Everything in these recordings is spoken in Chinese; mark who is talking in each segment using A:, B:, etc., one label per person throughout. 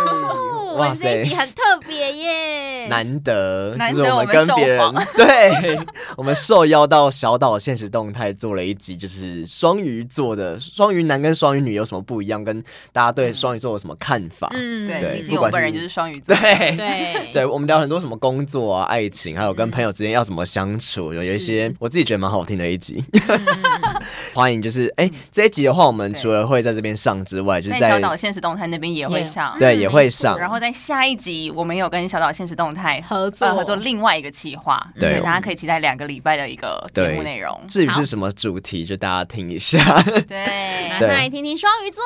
A: 哦，我
B: 哇
A: 们
B: 塞
A: 这一集很特别耶，
B: 难得，
C: 哎难
B: 就是
C: 得
B: 我
C: 我
B: 们
C: 们
B: 跟
C: 受
B: 别人
C: 访，
B: 对我们受邀到小岛现实动态做了一集，就是双鱼座的双鱼男跟双鱼女有什么不一样，跟大家
C: 嗯
B: 对双鱼座有什么看法？
A: 嗯
C: 对，
B: 对
C: 毕
B: 不
C: 竟我
B: 管
C: 本
B: 是
C: 人就是双鱼座。
B: 对
A: 对
B: 对，我们聊很多什么工作啊、爱情，还有
C: 嗯
B: 跟朋友之间要怎么相处，有有一些我自己觉得蛮好听的一集。
C: 嗯
B: 欢迎，就是哎、这一集的话，我们除了会在这边上之外，就是
C: 在
B: 在
C: 小岛现实动态那边也会上，
B: 对
A: 嗯
B: 也会
A: 没错
B: 上，
C: 然后在下一集我们有跟小岛现实动态
A: 合作
C: 呃合作另外一个企划，
B: 对
C: 大家可以期待两个礼拜的一个节目内容。
B: 至于是什么主题，就大家听一 下。
C: 对
A: 马
B: 对
A: 上来听听双鱼座。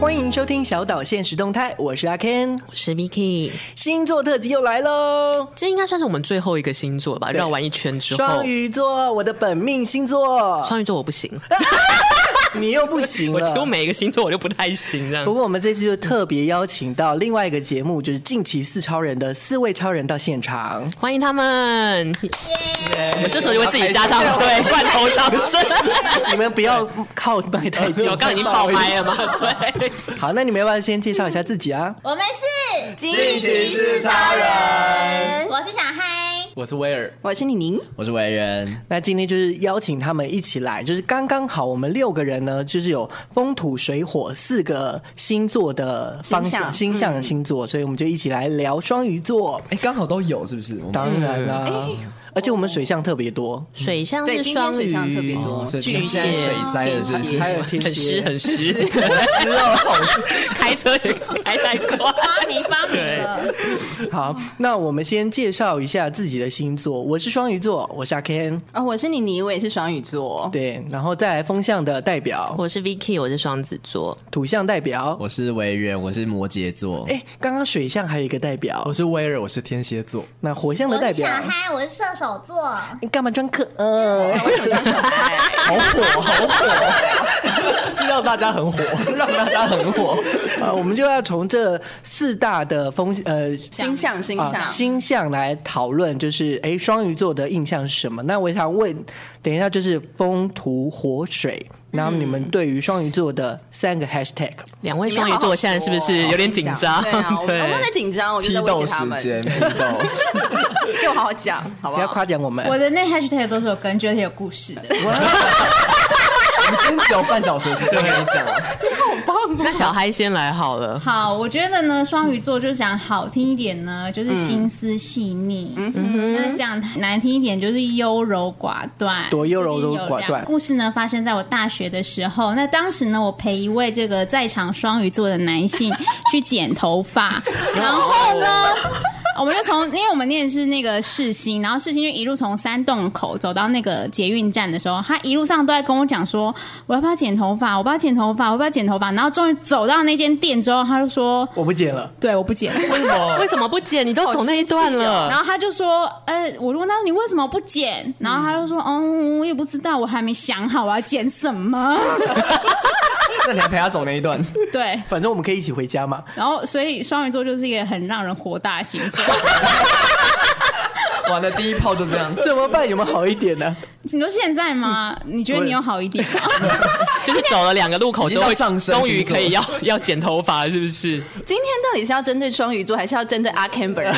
D: 欢迎收听小岛现实动态，我是阿 Ken，
E: 我是 Vicky，
D: 星座特辑又来喽。
E: 这应该算是我们最后一个星座了吧？
D: 对
E: 绕完一圈之后，
D: 双鱼座，我的本命星座，
E: 双鱼座我不行，
D: 你又不行
E: 我几乎
D: 了。
E: 每一个星座我就不太行这样
D: 不。过我们这次就特别邀请到另外一个节目，就是近期四超人的四位超人到现场。
E: 欢迎他们，我们这时候就会自己加上对罐头掌声。
D: 你们不要靠麦 太近，
E: 我刚刚已经爆麦了嘛，对，
D: 好，那你们要不要先介绍一下自己啊？
A: 我们是惊
B: 四超人，
A: 我是小嗨，
F: 我是威尔，
C: 我是妮妮，
B: 我是维人，
D: 那今天就是邀请他们一起来，就是刚刚好，我们六个人呢，就是有风土水火四个星座的方向、
C: 星
D: 星象的嗯星座，所以我们就一起来聊双鱼座。
F: 哎，刚好都有是不是？我们
D: 当然啦、而且我们水象特别多，
E: 水象
C: 对
E: 是
C: 今天
E: 双
C: 水
E: 鱼，
C: 象特别多
F: 哦所以
E: 巨
F: 现在
E: 蟹
F: 水灾了是不是？
D: 还有天
E: 很湿
D: 蝎，
E: 很湿， 开车也开太 快。
A: 发明发明了，
D: 好，那我们先介绍一下自己的星座。我是双鱼座，我是阿 Ken，
C: 啊、我是妮妮，我也是双鱼座。
D: 对，然后再来风象的代表，
E: 我是 Vicky，我是双子座，
D: 土象代表。
F: 我是维人，我是摩羯座，
D: 哎，刚刚水象还有一个代表
F: 我，是威尔，我是天蝎座。
D: 那火象的代表，
A: 嗨，我是射手座。
D: 你干嘛呃装可爱？
F: 好火，好火，知道大家很火， 让大家很火。
D: 啊，我们就要从这四大的风呃
C: 星象星象、
D: 啊星象来讨论，就是哎，双鱼座的印象是什么？那我想问，等一下就是风土火水，然后你们对于双鱼座的三个 hashtag，
E: 两位双鱼座现在是不是有点紧张？
C: 对啊， 我我刚才紧张，我就
F: 批
C: 在威
F: 斗
C: 胁
F: 时
C: 他们，
F: 间，批斗。
C: 给我好好讲，好不
D: 不要
C: 好？
D: 夸奖我们。
G: 我的那 hashtag 都是有根据而且有故事的。
F: 我们今天只有半小时的时间跟你讲，
E: 那小嗨先来好了。
G: 好，我觉得呢，双鱼座就讲好听一点呢，
D: 嗯
G: 就是心思细腻；那讲难听一点，就是优柔寡断。
D: 多优柔
G: 最近有
D: 多寡断
G: 两个故事呢，发生在我大学的时候。那当时呢，我陪一位这个在场双鱼座的男性 去剪头发，然后呢。
D: 哦
G: 我们就从，因为我们念的是那个世新，然后世新就一路从三洞口走到那个捷运站的时候，他一路上都在跟我讲说，我要不要剪头发，我要不要剪头发，我要不要剪头发，然后终于走到那间店之后，他就说，
D: 我不剪了，
G: 对，我不剪。
E: 为什么？为什么不剪？你都走那一段了，
F: 啊
G: 然后他就说：“呃，我问他你为什么不剪？”然后他就说：“嗯，我也不知道，我还没想好我要剪什么。
F: 那你还陪他走那一段？”
G: 对，
D: 反正我们可以一起回家嘛。
G: 然后所以双鱼座就是一个很让人火大的星座。
F: 玩的第一炮就这样。
D: 怎么办？有没有好一点呢、
G: 你说现在吗？你觉得你有好一点吗？
E: 就是走了两个路口之后
F: 已经到上，升
E: 终于
F: 星座
E: 可以要 要剪头发了，是不是？
C: 今天到底是要针对双鱼座，还是要针对阿 Ken 本人？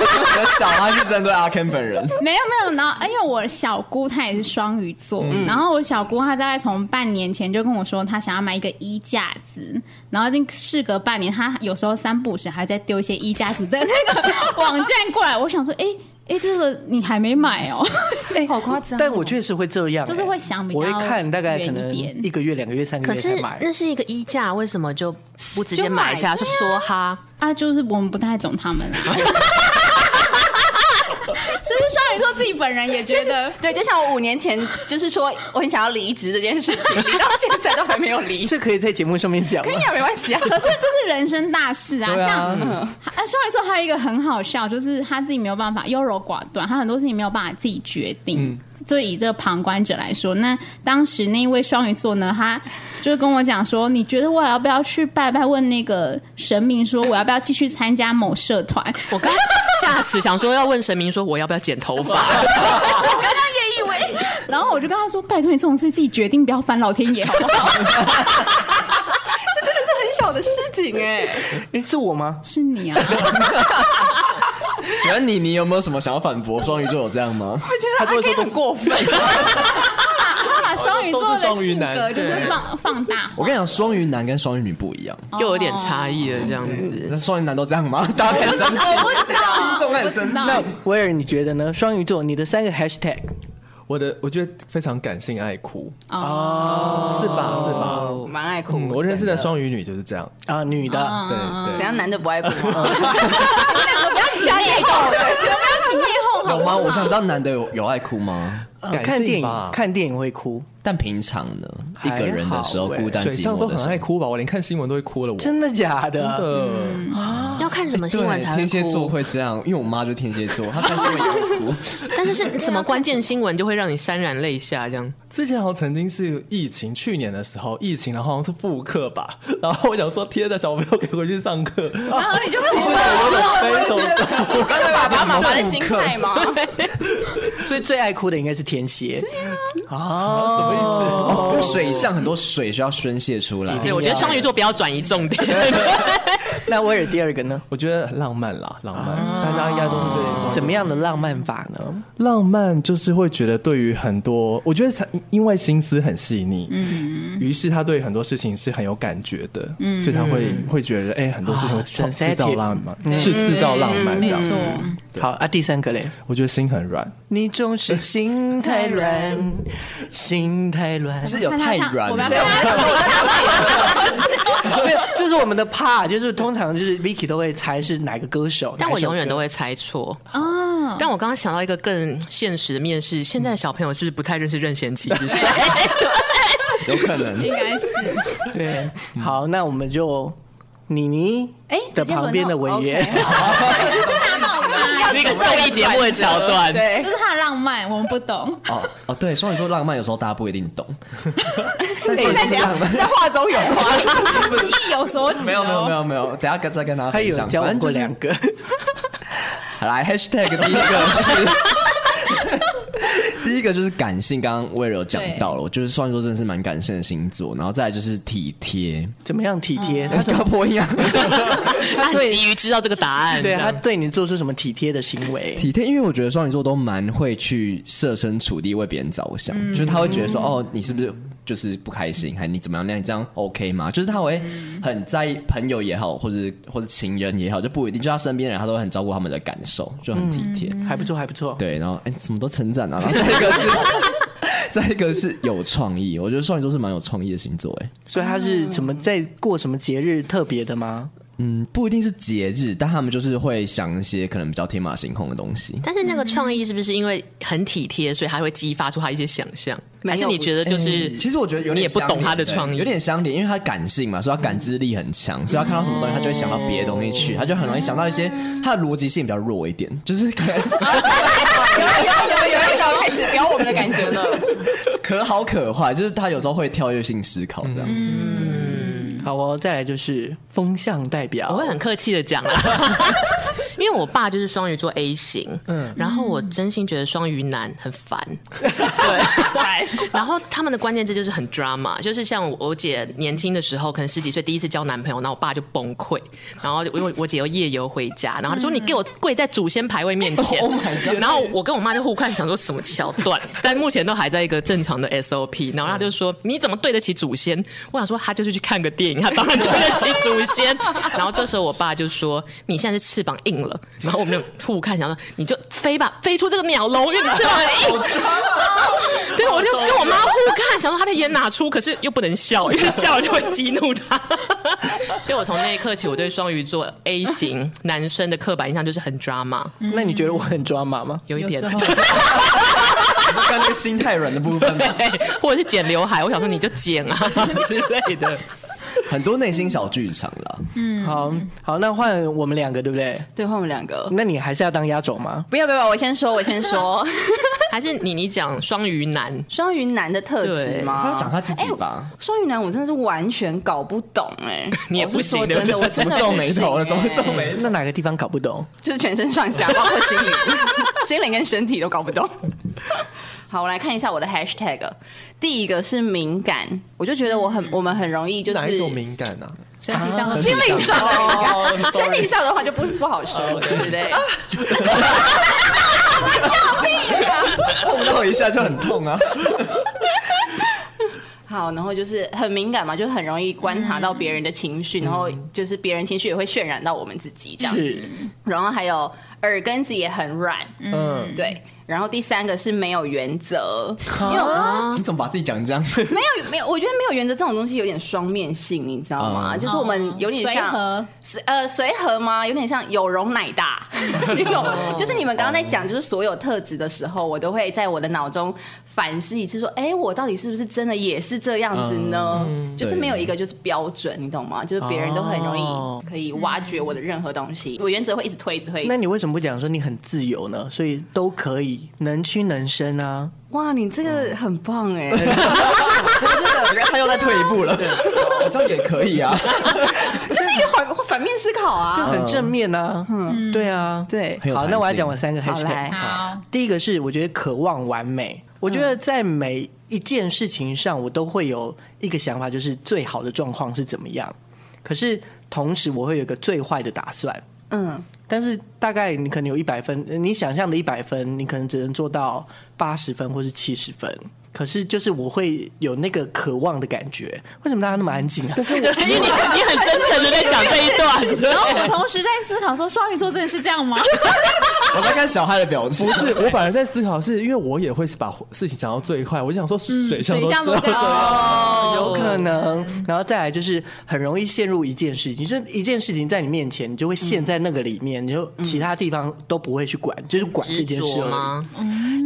F: 我的小孩是针对阿 Ken 本人，
G: 没有没有，然后因为我小姑她也是双鱼座，然后我小姑她大概从半年前就跟我说，她想要买一个衣架子，然后已经事隔半年，她有时候三不五时还在丢一些衣架子的那个网站过来，我想说，哎、哎、这个你还没买哦，
D: 哎、
C: 好夸张哦
D: 但我确实会这样、欸
G: 就是会想比较
D: 我会看大概可
G: 远
D: 能
G: 一点
D: 一个月、两个月、三个
E: 可
D: 月
E: 是
D: 才买。
E: 那是一个衣架，为什么就不直接
C: 就买
E: 买下？就说哈，
G: 啊，就是我们不太懂他们啊。所以双双鱼座自己本人也觉得，
C: 对，就像我五年前就是说我很想要离职这件事情，离到现在都还没有离。
D: 这可以在节目上面讲吗
C: 可以？啊，没关系啊。
G: 可是这是人生大事啊。
D: 对啊
G: 像啊，双鱼座还有一个很好笑，就是他自己没有办法优柔寡断，他很多事情没有办法自己决定。就以这个旁观者来说，那当时那一位双鱼座呢，他就是跟我讲说，你觉得我要不要去拜拜？问那个神明说，我要不要继续参加某社团？
E: 我刚 吓死，想说要问神明说我要不要剪头发，
G: 然后我就跟他说：“拜托你这种事自己决定，不要烦老天爷，好不好
C: 很小的事情哎、
D: 诶是我吗？”？
G: 是你啊，
F: 请问你，你有没有什么想要反驳？双鱼座有这样吗？他不会说都是过分。
G: 他把双鱼座的
F: 都是双鱼
G: 性
F: 男
G: 格就是放放大化
F: 我跟你讲，双鱼男跟双鱼女不一样。
E: 又有点差异了这样子。
F: 那双鱼男都这样吗？大家很生气，听众很生气。
D: 那哎威尔，你觉得呢？双鱼座，你的三个 hashtag
H: 我的我觉得非常感性爱哭，
D: 是吧？是吧？
F: 哦
C: 我蛮爱哭
H: 嗯，我认识的双鱼女就是这样，
D: 啊，女的，
H: 对
C: 怎
H: 对。
C: 样男的不爱哭吗？
G: 不要起内讧，不要起内讧，好
F: 有
G: 不
F: 吗？
G: 好？
F: 我想知道男的有有爱哭吗？
D: 呃
H: 感
D: 看
H: 性
D: 电
H: 吧
D: 影看电影会哭，
F: 但平常呢，一
D: 还
F: 个人的时候，
D: 好欸
F: 孤单
H: 水
F: 寂
H: 上都
F: 寞的
H: 很
F: 时
H: 爱
F: 候，
H: 哭吧，我连看新闻都会哭了我，呃
D: 真的假的？
H: 的。
E: 嗯要看什么新闻
F: 对，
E: 才
F: 天蝎
E: 会
F: 座
E: 哭？
F: 会这样，因为我妈就天蝎座，她看新闻也会 哭。
E: 但是是什么关键新闻就会让你潸然泪下这样？
H: 之前好像曾经是疫情，去年的时候疫情，然后好像是复课吧， 然后我想说，天呐，啊小朋友可以回去上课，
C: 然啊后你 就哭
H: 飞走走。
C: 我刚才爸爸妈妈的心态嘛，
D: 所以最爱哭的应该是天蝎。
F: 哦，因为水上很多水需要宣泄出来。
E: 对，我觉得双鱼座不要转移 重点。
D: 那威尔第二个呢？
H: 我觉得浪漫啦，浪漫，
C: 啊
H: 大家应该都是对双鱼
D: 怎么样的浪漫法呢？
H: 浪漫就是会觉得对于很多，我觉得他因为心思很细腻，嗯，于是他对很多事情是很有感觉的，嗯，所以他会会觉得，哎，很多事情会创
D: 啊
H: 制造
D: sensitive
H: 浪漫，是制造浪漫这样。
D: 好啊，第三个嘞，
H: 我觉得心很软，
D: 你总是心太软，心太 软。
F: 是有
G: 看他
F: 太
G: 唱
F: 软
G: 我们
F: 了
G: 要看。他
D: 没有，这是我们的 part，就是通常就是 Vicky 都会猜是哪个歌手，
E: 但我永远都
D: 会。
E: 会猜错。
G: 啊，
E: 但我刚刚想到一个更现实的面试，现在的小朋友是不是不太认识任贤齐是谁？
F: 有可能。
G: 应该是
D: 对，
C: 嗯
D: 好，那我们就妮妮
C: 哎
D: 的旁边的文员，
G: 吓到他，
E: 那个综艺节目的桥段，
G: 这是他的浪漫，我们不懂。
F: 哦哦，对，双鱼座浪漫有时候大家不一定 懂。
D: 现在想
C: 在话中有话，
G: 意有所指，
F: 没有没有没，有没有，等一下跟再跟大家
D: 他
F: 分
D: 有
F: 享。
D: 教
F: 反
D: 我
F: 正就
D: 过
F: 是
D: 两个，
F: 好来 hashtag 第一个是。第一个就是 感性，刚刚威柔讲到了，我就是双鱼座真的是蛮感性的星座，然后再来就是体贴，
D: 怎么样体
C: 嗯
D: 贴？他
F: 跟破
D: 啊
F: 一样，
E: 他很急于知道这个答案。
D: 对
E: 这样
D: 他对你做出什么体贴的行为？
F: 体贴，因为我觉得双鱼座都蛮会去设身处地为别人着想，就是他会觉得说，哦，你是不是就是不开心，还你怎么样？那你这样 OK 吗？就是他会很在意朋友也好，或者或者情人也好，就不一定，就他身边的人，他都会很照顾他们的感受，就很体贴。
C: 嗯
D: 还不错，还不错。
F: 对，然后哎，什么都称赞啊，然后再一个是。再一个是有创意，我觉得双鱼座是蛮有创意的星座，哎，
D: 所以他是什么在过什么节日特别的吗？
F: 嗯，不一定是节日，但他们就是会想一些可能比较天马行空的东西。
E: 但是那个创意是不是因为很体贴，所以他会激发出他一些想象？
C: 没有
E: 还是你觉得就是？
F: 其实我觉得有点
E: 你也不
F: 相连
E: 懂他的创意
F: 有点相连，因为他感性嘛，所以他感知力很强，所以他看到什么东西，他就会想到别的东西去，他就很容易想到一些他的逻辑性比较弱一点，就是可 能
C: 有有有有开始聊我们的感觉了。
F: 可好可坏，就是他有时候会跳跃性思考这样。
E: 嗯
C: 嗯
D: 好哦，再来就是风向代
E: 我
C: 哦
E: 会
D: 表，
E: 很客气的讲啦， 因为我爸就是双鱼座 A 型，嗯，然后我真心觉得双鱼男很烦， 对，然后他们的关键字就是很 drama，就是像我我姐年轻的时候，可能十几岁第一次交男朋友，然后我爸就崩溃，然后因为我姐又夜游回家，然后他说你给我跪在祖先牌位面 前
F: Oh my god
E: 然后我跟我妈就互看，想说什么桥 段，但目前都还在一个正常的 SOP，然后他就说你怎么对得起祖先？我想说他就是去看个电影，他当然对得起祖 先。然后这时候我爸就说：“你现在是翅膀硬了。”然后我们就互看，想说：“你就飞吧，飞出这个鸟笼，因为你翅膀很硬。” 对，我就跟我妈互看，想说她的眼哪出，可是又不能笑，因为笑就会激怒她。 所以我从那一刻起，我对双鱼座 A 型男生的刻板印象就是很 drama，
D: 那你觉
C: 嗯
D: 得我很抓马吗？
E: 有一
G: 有
E: 点
G: 时，候
F: 你说刚才心太软的部分吗？
E: 对，或者是剪刘海，我想说你就剪啊之类的。
F: 很多内心小剧场了。
E: 嗯
C: 嗯
D: 好好，那换我们两个，对不对？
C: 对，换我们两个。
D: 那你还是要当压轴 吗？
C: 不要不要，我先说，我先说，
E: 还是你你讲双鱼男，
C: 双鱼男的特质
F: 他要
C: 吗
F: 讲？他自己吧，
C: 双鱼男我真的是完全搞不懂 哎、
E: 你也
C: 我
E: 不
C: 是说
E: 行
C: 真
E: 对
C: 的，
E: 不
C: 我
E: 对
C: 真的皱眉头了，怎么皱眉？
D: 那哪个地方搞不懂？
C: 就是全身上下，包括心 灵，心灵跟身体都搞不懂。 好，我来看一下我的 hashtag。第一个是敏感，我就觉得我很，我们很容易就是
H: 哪一种敏感啊？
G: 身体上的
C: 心灵上的敏感，身体上的话就不不好说了，对不对？
E: 哎
F: 碰到一下就很痛啊。
C: 好，然后就是很敏感嘛，就很容易观察到别人的情绪，然后就是别人情绪也会渲染到我们自己这样子。
D: 是
C: 然后还有耳根子也很软，
H: 嗯，
C: 对。然后第三个是没有原则，
E: 嗯
F: 你怎么把自己讲这样？
C: 没有没有，我觉得没有原则这种东西有点双面性，你知道吗？就是我们有点
G: 哦随
C: 像
G: 和，
C: 随呃随和吗？有点像有容乃 大，你懂？就是你们刚刚在讲就是所有特质的时候，我都会在我的脑中反思一次，说，哎、我到底是不是真的也是这样子呢？就是没有一个就是标准，你懂吗？就是别人都很容
D: 哦
C: 易可以挖掘我的任何东西，我原则会一直推，一直推。一
D: 那
C: 直
D: 你为什么不讲说你很自由呢？所以都可以，能屈能伸啊。
C: 哇，你 这个很棒哎、
F: 你看他又再退一步了。我这样也可以啊，
C: 就是一个反反面思考
D: 就
C: 啊。
D: 很正面啊。嗯，对啊，
C: 对
F: 很有
D: 好，
F: 弹
D: 那我要
F: 性
D: 讲我三个
C: 好来
D: hashtag。
G: 好，
D: 第一个是我觉得渴望完美，我觉得在每一件事情上，我都会有一个想法，就是最好的状况是怎么样。可是同时，我会有一个最坏的打算。
C: 嗯，
D: 但是大概你可能有一百分，呃你想象的一百分，你可能只能做到八十分或是七十分。可是就是我会有那个渴望的感觉。为什么大家那么安静啊？
E: 对，因为你你很真诚的在讲这一段，
G: 然后我同时在思考说，双鱼座真的是这样吗？
F: 我在看小嗨的表情
H: 不。是，我本来在思考是，因为我也会把事情讲到最坏，我就想说水象
G: 水
H: 都
G: 象
H: 这
G: 都
H: 样
G: 这样，哦
E: 哦
D: 有可能，然后再来就是很容易陷入一件事情，就是一件事情在你面前，你就会陷在那个里面，你就其他地方都不会去管，就是管这
E: 执
D: 件事
E: 着
D: 而已。
E: 吗？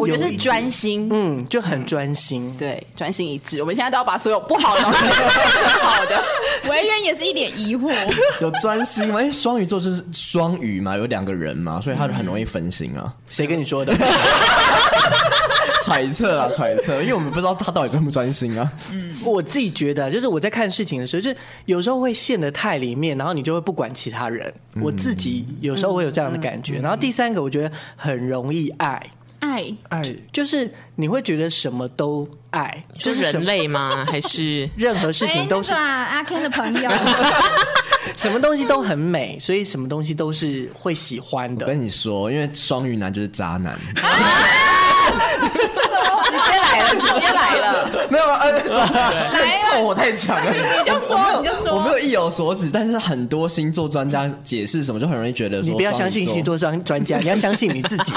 C: 我觉得是专心。
D: 嗯，就很专
E: 嗯
D: 心。
C: 对，专心一致。我们现在都要把所有不好的东 西好的，
G: 维园也是一脸疑惑，
F: 有专心吗？因为双鱼座就是双鱼嘛，有两个人嘛，所以他就很容易分心啊。
D: 谁跟你说的？
F: 揣测啊，揣测，因为我们不知道他到底专不专心啊。
D: 我自己觉得，就是我在看事情的时候，就是有时候会陷得太里面，然后你就会不管其他人。
E: 嗯
D: 我自己有时候会有这样的感觉。然后第三个，我觉得很容易爱，
G: 爱
H: 爱
D: 就是你会觉得什么都爱，
E: 就
D: 就是
E: 是
D: 什
E: 人类吗？还是
D: 任何事
G: 哎
D: 情都是
A: 那个啊阿 Ken 的朋友，
D: 什么东西都很美，所以什么东西都是会喜欢
F: 我
D: 的。
F: 跟你说，因为双鱼男就是渣男。
C: 直接 来了，直接来了。
F: 没有啊，呃，来，我太强了，你
G: 就说
F: 我没有
G: 你就说
F: 我没有意有所指，但是很多星座专家解释什么，就很容易觉得说，
D: 你不要相信
F: 双鱼
D: 星
F: 座，
D: 座专专家，你要相信你自己。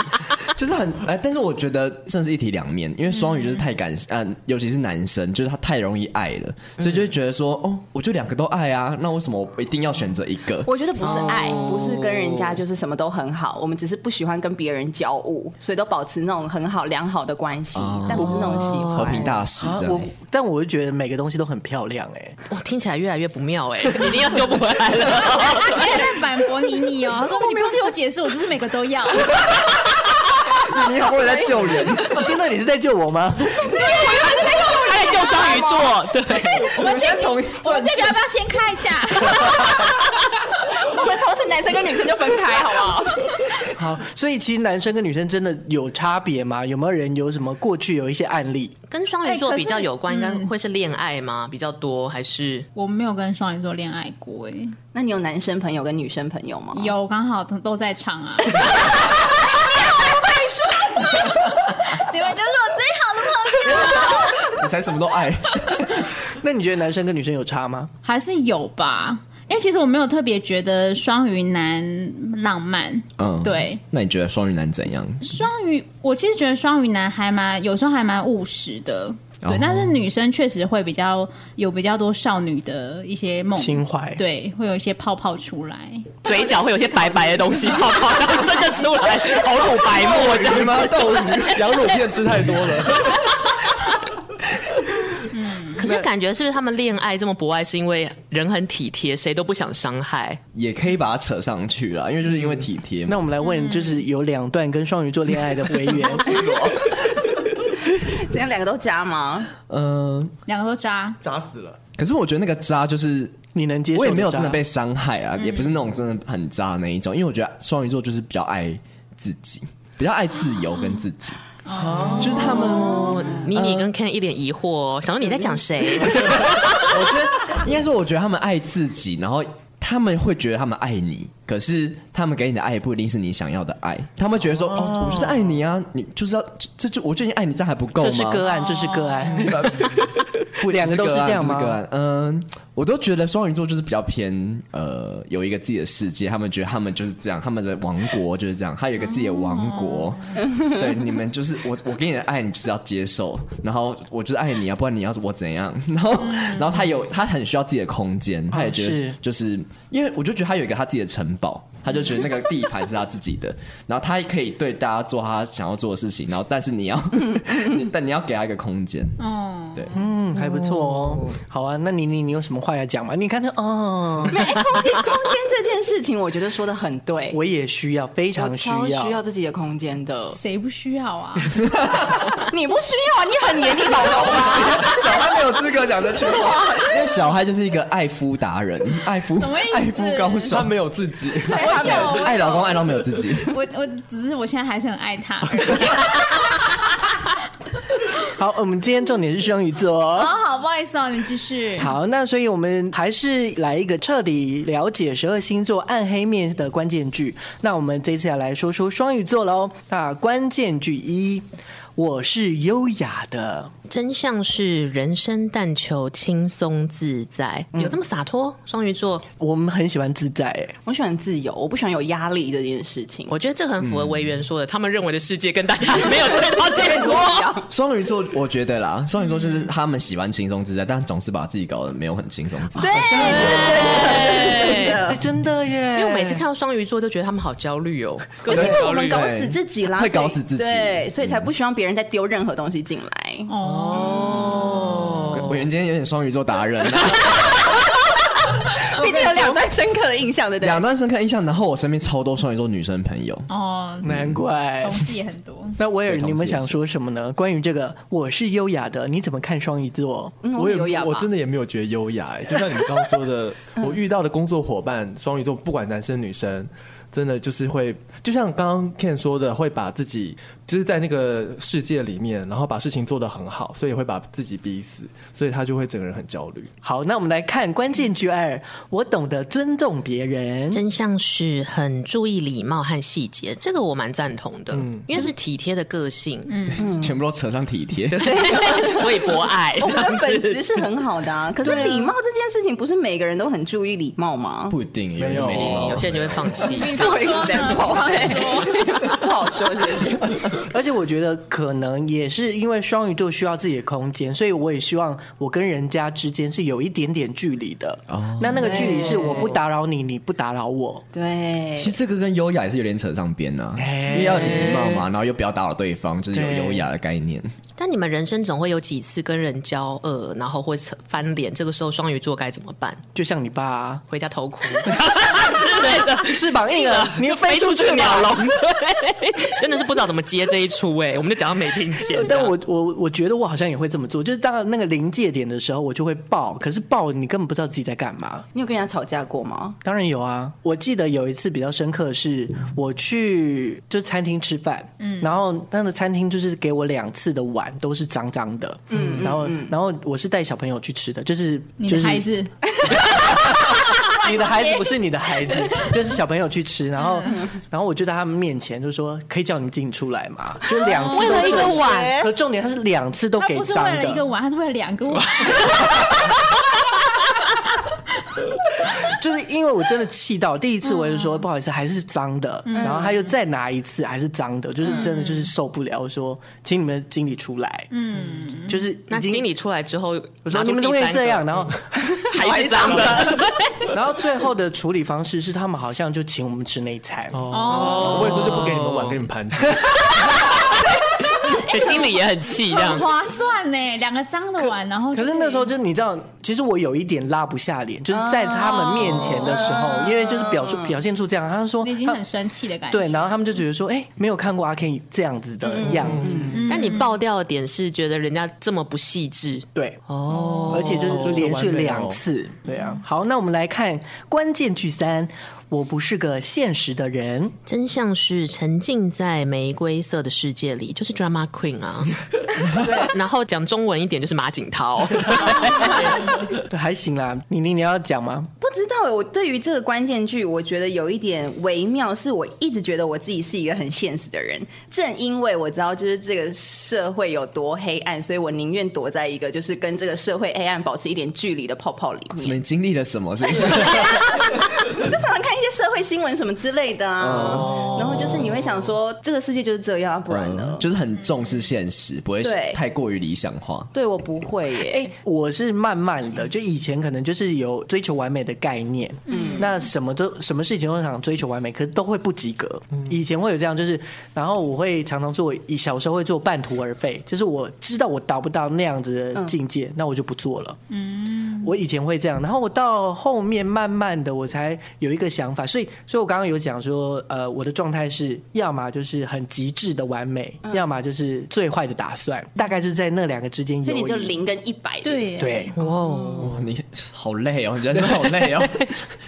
F: 就是很哎，但是我觉得真的是一体两面，因为双鱼就是太感，嗯，尤其是男生，就是他太容易爱了，所以就会觉得说，哦，我就两个都爱啊，那为什么我一定要选择一个？
C: 我觉得不是爱，不是跟人家就是什么都很好，我们只是不喜欢跟别人交恶，所以都保持那种很好良好的关系，但不是那种喜欢。
F: 哦和平大使
D: 啊
F: 这
D: 我
F: 样。
D: 但我就觉得每个东西都很漂亮哎、
E: 哇，听起来越来越不妙哎，一定要救不回来了。
G: 他也在反驳妮妮哦，他说你不用对我解释，我就是每个都要。
F: 你 好，我也在救人，
D: 我听到你是在救我吗？
E: 他在救双鱼座，对，
F: 我们先从
G: 我们这边要不要先看 一下？
C: 我们从此男生跟女生就分开，好不好？
D: 好，所以其实男生跟女生真的有差别吗？有没有人有什么过去有一些案例？
E: 跟双鱼
G: 哎
E: 座
G: 可是
E: 比较有关，应该会是恋爱吗？比较多还是
G: 我没有跟双鱼座恋爱过哎，
C: 那你有男生朋友跟女生朋友吗？
G: 有刚好都都在场啊。 你们就是我最好的朋友，
F: 你才什么都爱。
D: 那你觉得男生跟女生有差吗？
G: 还是有吧？因为其实我没有特别觉得双鱼男浪漫，
F: 嗯，
G: 对。
F: 那你觉得双鱼男怎样？
G: 双鱼，我其实觉得双鱼男还蛮，有时候还蛮务实的。
D: 哦
G: 对，但是女生确实会比较有比较多少女的一些梦
D: 情怀
G: 嗯对，会有一些泡泡出来。
E: 嘴角会有些白白的东西泡泡，然后真的出来，好乳白沫这 样。
H: 吗？斗鱼 羊乳片吃太多了，
E: 可是感觉是不是他们恋爱这么博爱，是因为人很体贴，谁都不想伤害？
F: 也可以把它扯上去啦，因为就是因为体贴嘛。
D: 那我们来问，就是有两段跟双鱼座恋爱的回缘，
C: 怎样两个都加吗？
F: 嗯、
G: 两个都渣，
H: 扎死了。
F: 可是我觉得那个渣就是
D: 你能接受？
F: 我也没有真的被，伤害啊，也不是那种真的很渣的那一种，因为我觉得双鱼座就是比较爱自己，比较爱自由跟自己，就是他们，
E: 哦，妮妮跟 Ken 一脸疑惑、哦，想说你在讲谁？
F: 我觉得应该说，我觉得他们爱自己，然后。他们会觉得他们爱你，可是他们给你的爱不一定是你想要的爱。他们觉得说，哦，我就是爱你啊，你就是要这这就我就已经爱你，这样还不够吗？
D: 这是个案，这是个 案。
F: 不
D: 两个都是这样吗
F: 不是个案嗯，我都觉得双鱼座就是比较偏呃，有一个自己的世界，他们觉得他们就是这样，他们的王国就是这样，他有一个自己的王国。 对，你们就是我，我给你的爱，你就是要接受，然后我就是爱你啊，不然你要我怎样？ 然后，
G: 嗯
F: 然后他有他很需要自己的空间，
G: 啊
F: 他也觉得
D: 是
F: 就是因为我就觉得他有一个他自己的城堡。他就觉得那个地盘是他自己 的，然后他也可以对大家做他想要做的事情，然后但是你 要，你但你要给他一个空间，
G: 哦，，
F: 对，
D: 嗯，还不错哦。好啊，那你你你有什么话要讲吗？你看这，哦，
C: 没，哎空间空间这件事情，我觉得说的很对。
D: 我也需要，非
C: 我
D: 常需
C: 超需
D: 要。
C: 要自己的空间的
G: 谁不需要啊？
C: 你不需要，你很黏你宝宝吧？
F: 小孩没有资格讲这句话， 因为小孩就是一个爱夫达人，爱夫
G: 什么意思
F: 爱夫高手，
H: 他没有 自己，
G: 我有，
F: 爱老公爱到没有自己。
G: 我我只是我现在还是很爱他 而已。
D: 好，我们今天重点是双鱼座哦。
G: 哦，好，不好意思哦，你们继续。
D: 好，那所以我们还是来一个彻底了解十二星座暗黑面的关键句。那我们这次要来说说双鱼座喽。那关键句一，我是优雅的。
E: 真相是人生但求轻松自在，有这么洒脱？双鱼座，
D: 我们很喜欢自在、欸，
C: 我喜欢自由，我不喜欢有压力这件事情。
E: 我觉得这很符合维园说的，他们认为的世界跟大家没有对方对错。
F: 双鱼座，我觉得啦，双鱼座就是他们喜欢轻松自在，但总是把自己搞得没有很轻松自在。
D: 哎、真的耶！
E: 呃因为我每次看到双鱼座，都觉得他们好焦虑哦，个
C: 就是
E: 性
C: 因为
E: 焦
C: 我们
E: 虑。
C: 搞死自己啦，
F: 会
C: 所以
F: 搞死自己
C: 对，所以才不希望别人再丢任何东西进来。
G: 哦
F: 我今天有点双鱼座达人、啊
C: 毕竟有两段深刻的印象，对不对？
F: 两段深刻印象。然后我身边超多双鱼座女生朋友，
G: 哦，
D: 难怪
G: 同。事也很多。
D: 那威尔，
F: 对同事
D: 你们想
F: 也是
D: 说什么呢？关于这个我是优雅的，你怎么看双鱼座？
C: 嗯
H: 我
C: 我
H: 也
C: 有雅
H: 我
C: 吧嗯
H: 真。的也没有觉得优雅、欸，就像你们刚刚 说的，我遇到的工作伙伴，双鱼座不管男生女生，真的就是会，就像刚刚 Ken 说的，会把自己就是在那个世界里面，然后把事情做得很好，所以会把自己逼死，所以他就会整个人很焦虑。
D: 好，那我们来看关键句二，我懂得尊重别人。
E: 真相是很注意礼貌和细节，这个我蛮赞同的，
D: 嗯
E: 因为是体贴的个性，
F: 全部都扯上体贴。
E: 所以博 爱。
C: 我们的本质是很好的啊，可是礼貌这件事情，不是每个人都很注意礼貌吗？
F: 不一定，有
H: 没有
F: 人没礼貌
D: 哦
E: 有些人就会放弃。
C: 哦
G: 比 方说呢？比方说，
C: 不好说，是不是？
D: 而且我觉得可能也是因为双鱼座需要自己的空间，所以我也希望我跟人家之间是有一点点距离的。那那个距离是我不打扰你，你不打扰我。
C: 对，
F: 其实这个跟优雅也是有点扯上边呐、
D: 哎
F: 因为要礼貌嘛，然后又不要打扰对方，就是
D: 对
F: 有优雅的概念。
E: 但你们人生总会有几次跟人交恶，然后会扯翻脸，这个时候双鱼座该怎么办？
D: 就像你爸、啊，
E: 回家偷 哭之类的，
D: 翅膀硬了，您
E: 就飞出去
D: 吧
E: 鸟。笼，对 真的是不知道怎么接这一出哎、我们就假装没听见。
D: 但啊我我我觉得我好像也会这么做，就是到那个临界点的时候，我就会爆。可是爆，你根本不知道自己在干嘛。
C: 你有跟人家吵架过吗？
D: 当然有啊，我记得有一次比较深刻的是，我去就餐厅吃饭，嗯，然后那个餐厅就是给我两次的碗都是脏脏的，嗯，然后然后我是带小朋友去吃的，就是
G: 你
D: 就
G: 的
D: 是
G: 孩子
D: 你的 孩子不是你的孩子，就是小朋友去吃，然后
G: 嗯
D: 然后我就在他们面前就说可以叫你进出来嘛，就两次
G: 为
D: 都
G: 了一个
D: 做
G: 碗，
D: 可重点他是两次都
G: 他
D: 给
G: 不是
D: 脏
G: 为了一个
D: 的，
G: 碗，他是为了两个碗。
D: 就是因为我真的气到，第一次我就说
G: 嗯
D: 不好意思，还是脏的，然后他又再拿一次，还是脏的，就是真的就是受不了，我说请你们经理出来，嗯，就是
E: 那
D: 已经
E: 经理出来之后，
D: 我
E: 我
D: 说你们怎么可以这样？然 后，
E: 还是脏的，
D: 然后最后的处理方式是，他们好像就请我们吃内餐，
E: 哦
H: 我有时候就不给你们碗，给你们盘子。
E: 哎经理也很气这样
G: 很。 划算呢，两个脏的碗，然后
D: 可是那时候就你知道，其实我有一点拉不下脸，就是在他们面前的时候，因为就是表出表现出这样，他就说
G: 哦你已经
D: 他
G: 很生气的感觉。
D: 对，然后他们就觉得说，哎，没有看过阿 Ken 这样子的
G: 嗯
D: 样子，
E: 但你爆掉的点是觉得人家这么不细致
D: 对，
E: 哦，
D: 而且就是连续两次，对啊。好，那我们来看关键句三，我不是个现实的人，
E: 真相是沉浸在玫瑰色的世界里，就是 drama queen 啊。然后讲中文一点就是马景涛，
D: 对，还行啦。你你你要讲吗？
C: 不知道哎，我对于这个关键句，我觉得有一点微妙，是我一直觉得我自己是一个很现实的人。正因为我知道就是这个社会有多黑暗，所以我宁愿躲在一个就是跟这个社会黑暗保持一点距离的泡泡里
B: 什么？
C: 面。
B: 你经历了什么？是不是？
C: 就常常看一些社会新闻什么之类的啊，然后就是你会想说，这个世界就是这样，不然呢？
B: 哦嗯就是很重视现实，不会
C: 对
B: 太过于理想化。
C: 对我不会耶。
D: 哎、我是慢慢的，就以前可能就是有追求完美的概念，嗯，那什么都什么事情都想追求完美，可是都会不及格。以前会有这样，就是然后我会常常做，以小时候会做半途而废，就是我知道我达不到那样子的境
C: 嗯
D: 界，那我就不做了。我以前会这样，然后我到后面慢慢的我才有一个想法，所以，所以我刚刚有讲说，呃，我的状态是，要么就是很极致的完美，
C: 嗯
D: 要么就是最坏的打算，大概就是在那两个之间
C: 所
D: 游
C: 以
D: 移。
C: 你就零跟一百，，
G: 对耶，
D: 对
E: 哦
B: 哇，你好累哦，你人好累哦，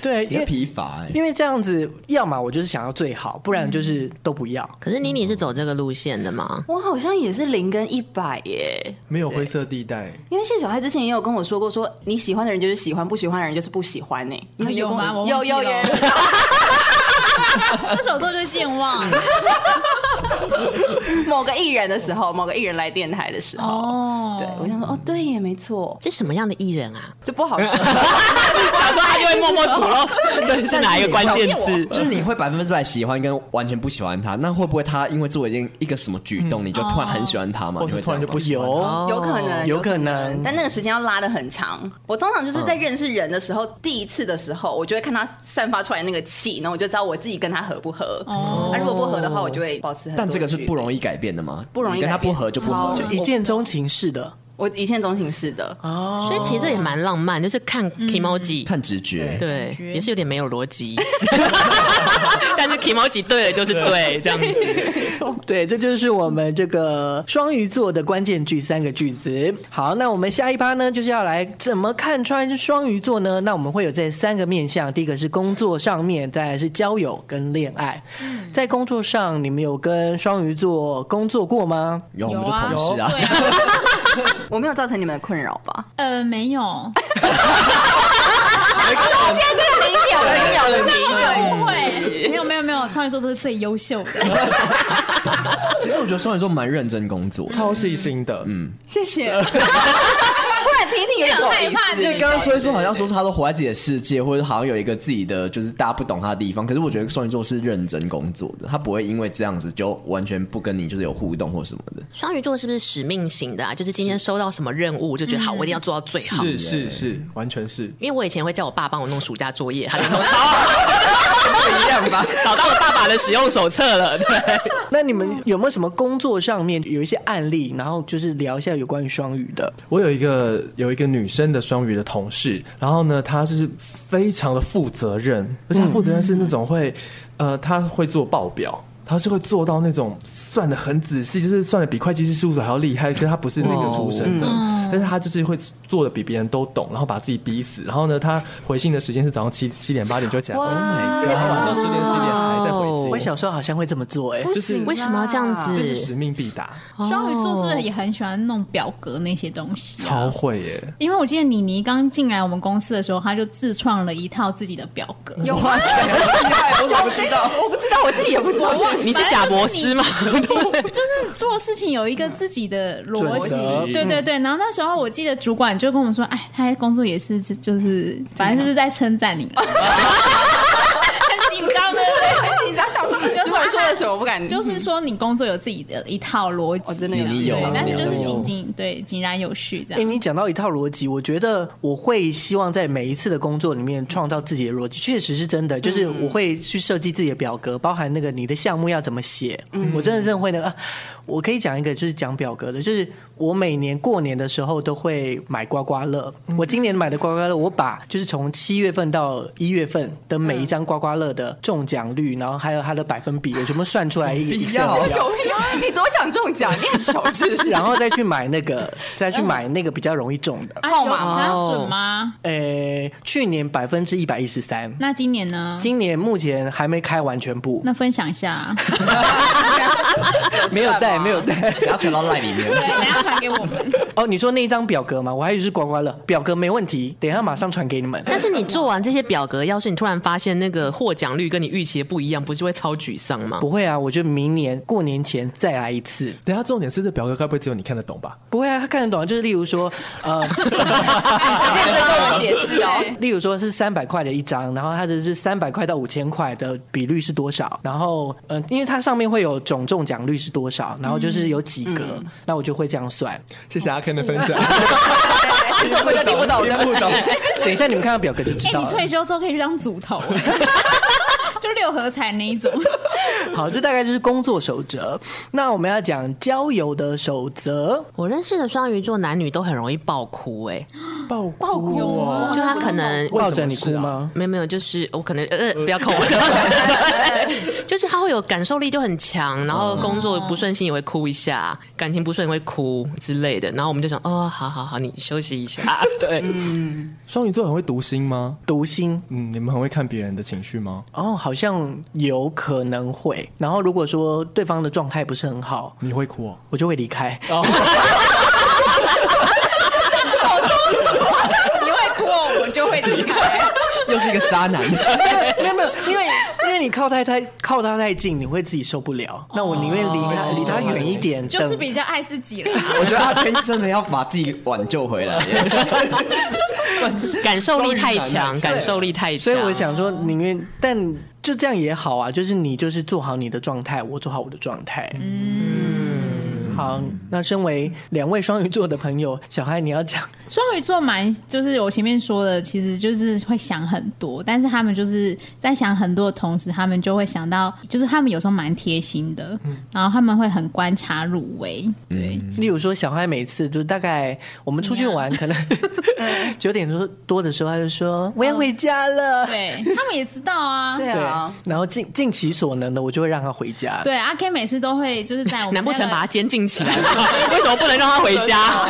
D: 对，
B: 你会
D: 因为
B: 疲乏
F: 欸
B: 哎。
D: 因为这样子，要么我就是想要最好，不然就是
E: 嗯
D: 都不要。
E: 可是妮妮是走这个路线的吗？
C: 我好像也是零跟一百耶。
H: 没有灰色地带，
C: 因为谢小孩之前也有跟我说过说你喜欢的人就是喜欢，不喜欢的人就是不喜欢呢、欸因为
G: 有
C: 跟我
G: 吗我忘
C: 啊有
G: 记
C: 有有
G: 了
C: 有
G: 射手座就是健忘
C: 某个艺人的时候，某个艺人来电台的时候，
G: 哦。
C: 对我想说哦，对耶，没错，
E: 是什么样的艺人啊？
C: 这不好 说。想说他就会默默吐露，
E: 对，是哪一个关键字？
B: 就是你会百分之百喜欢跟完全不喜欢他，那会不会他因为做一件一个什么举动，你就哦突然很喜欢他吗？
H: 或是
B: 你会这样
H: 突然就
B: 吗
H: 不喜欢
D: 有，
H: 他。
C: 有可能，
D: 有可能
C: 但那个时间要拉的很长。我通常就是在认识人的时候，第一次的时候，我就会看他散发出来那个气，然后我就知道我自己跟他合不合。哦，那如果不合的话，我就会保持很。
B: 但这个是不，容易改变的吗？
C: 不容易
B: 你跟他
C: 改变
B: 不合就不合
C: 超，
B: 就
D: 一见钟情似的，哦
C: 我一见钟情是的，
D: 啊
E: 哦所以其实这也蛮浪漫，就是看 emoji，、
B: 看直觉。
E: 对
G: 感，觉
E: 也是有点没有逻辑， 但是 emoji 对了就是对，这样子。
D: 对，这就是我们这个双鱼座的关键句三个句子。好，那我们下一趴呢，就是要来怎么看穿双鱼座呢？那我们会有这三个面向，第一个是工作上面，再来是交友跟恋爱。
E: 嗯
D: 在工作上，你们有跟双鱼座工作过吗？
B: 有我
G: 有
B: 们就
G: 啊
B: 同事啊
G: 对，啊，
C: 我没有造成你们的困扰吧？
G: 呃，没有，
C: 零秒零秒的零
G: 不会，没有，没有，没有，双鱼座都是最优秀的。
B: 其实我觉得双鱼座蛮认真工作，
H: 超细心的，嗯，
C: 谢 谢。不然听一听有点不好意思
G: 怕
B: 因为刚刚说一说，好像说出他都活在自己的世界，或者好像有一个自己的就是大家不懂他的地方。可是我觉得双鱼座是认真工作的，他不会因为这样子就完全不跟你就是有互动或什么 的。
E: 双鱼座是不是使命型的啊？就是嗯今天收到什么任务，就觉得好，我一定要做到最好。
H: 是是是，完全是。
E: 因为我以前会叫我爸帮我弄暑假作业，他 就说超好，不一样吧？找到了爸爸的使用手册了，对。
D: 那你们有没有什么工作上面有一些案例，然后就是聊一下有关于双鱼的？
H: 我有一个有一个女生的双鱼的同事，然后呢，她就是非常的负责任，而且她负责任是那种会，呃，她会做报表。她是会做到那种算的很仔细，就是算的比会计师事务所还要厉害，可是她不是那个出身的，但是她就是会做的比别人都懂，然后把自己逼死。然后呢，她回信的时间是早上七七点八点就起来回信，然后晚上十点十一点还在回信，
D: 我小时候好像会这么做、哎，
H: 就是
E: 为什么要这样
H: 这是
E: 子？
H: 使命必达，
G: 双鱼座是不是也很喜欢弄表格那些东西啊？
H: 超会耶、
G: 因为我记得妮妮刚进来我们公司的时候，她就自创了一套自己的表格，
B: 哇塞，厉害！我怎么不知道？
C: 我不知道，我自己也不知道，我
E: 你是贾伯斯吗？
G: 就是做事情有一个自己的逻辑
D: 准则，
G: 对对对。然后那时候我记得主管就跟我们说，哎，他工作也是就是，反正就是在称赞你们，很紧张的，
C: 很紧张，想说主管说了什么不敢，
G: 就是说你工作有自己的一套逻辑，
C: 哦真的有
F: 你有
G: 对，但是就是
F: 你有
G: 井井对井然有序这
D: 哎、
G: 样。
D: 你讲到一套逻辑，我觉得我会希望在每一次的工作里面创造自己的逻辑，确实是真的。就是我会去设计自己的表格，包含那个你的项目要怎么写。我真的真的会那个、啊我可以讲一个，就是讲表格的，就是我每年过年的时候都会买刮刮乐。我今年买的刮刮乐，我把就是从七月份到一月份的每一张刮刮乐的中奖率，然后还有它的百分比，我全部算出来 一个 Excel 表。
C: 你多想中奖，你很穷是不 是？
D: 然后再去买那个，再去买那个比较容易中的。
G: 啊
C: 号
G: 有
C: 码
G: 那准吗？
D: 呃，去年百分之一百一十三，
G: 那今年呢？
D: 今年目前还没开完全部，
G: 那分享一 下，
D: 没有带，没有带。
F: 然后传到赖里面。
G: 对，等一下传给我 们。
D: 哦，你说那一张表格吗？我还以为是刮刮乐，表格没问题，等一下马上传给你们。
E: 但是你做完这些表格，要是你突然发现那个获奖率跟你预期的不一样，不是会超沮丧吗？
D: 不会啊，我就明年过年前再来一次。
H: 等一下重点是这表格该不会只有你看得懂吧？
D: 不会啊，他看得懂啊，就是例如说，呃，
C: 认真跟我解释哦。
D: 例如说是三百块的一张，然后它的是三百块到五千块的比率是多少？然后，嗯、因为它上面会有总中奖率是多少，然后就是有几格，那我就会这样算。
H: 谢谢阿 Ken 的分享。
C: 其实我就听不懂，对不起。
D: 等一下你们看到表格就知
G: 哎、
D: 道
G: 你
D: 了。
G: 退休之后可以去当组头、 就六合彩那一种。
D: 好，这大概就是工作守则。那我们要讲交友的守则，
E: 我认识的双鱼座男女都很容易爆哭、欸，
H: 爆爆哭哦！
E: 就他可能
D: 抱着你哭
F: 啊
D: 吗？
E: 没有没有，就是啊我可能呃不要扣 我， 就是他会有感受力就很强，然后工作不顺心也会哭一下，感情不顺也会哭之类的，然后我们就想哦，好好好，你休息 一下，对，
H: 双鱼座很会读心吗？
D: 读心
H: 嗯，你们很会看别人的情绪吗？
D: 哦，好像有可能会。然后如果说对方的状态不是很好，
H: 你会哭哦？
D: 我就会离开。
C: 你会哭哦，我就会离开。
F: 又是一个渣男。
D: 没有没有，因为因为你靠太太靠他太近，你会自己受不了。那我宁愿离他离他远一点，
G: 哦就是
D: 等
G: 比较爱自己了，
F: 我觉得阿 Ken 真的要把自己挽救回来耶。
E: 感受力太
F: 双鱼男
E: 强，
F: 啊
E: 感受力太强，
D: 所以我想说，宁愿但就这样也好啊，就是你就是做好你的状态，我做好我的状态。嗯，好，那身为两位双鱼座的朋友，小孩你要讲
G: 双鱼座蛮就是我前面说的，其实就是会想很多，但是他们就是在想很多的同时，他们就会想到，就是他们有时候蛮贴心的，然后他们会很观察入微，对，
D: 例如说，小嗨每次就大概我们出去玩，可能 九点多多的时候，他就说我要回家了。
G: 对他们也知道啊，
C: 对
D: 对
C: 啊，，
D: 然后尽尽其所能的，我就会让他回家。
G: 对，阿 K 每次都会就是在我们
E: 难不
G: 那
E: 成
G: 个
E: 把他监禁起 来吗？为什么不能让他回家？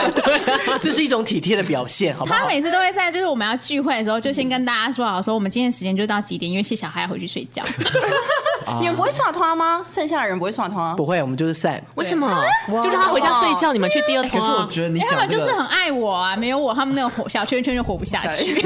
D: 这是一种体贴的表现，好不
G: 他
D: 好？
G: 每次都会在就是我们要聚会的时候，就先跟大家说好，说我们今天时间就到几点，因为谢小孩要回去睡 觉。
C: 你们不会耍团吗？剩下的人不会耍 团。
D: 不会，我们就是散。
E: 为什么？就让他回家睡觉，你们去第二
F: 可
E: 通
F: 是我
E: 啊。
F: 觉得你
G: 他
F: 讲
G: 们
F: 这
G: 就是
F: 个，
G: 很爱我啊，没有我，他们那个活小圈圈就活不下去。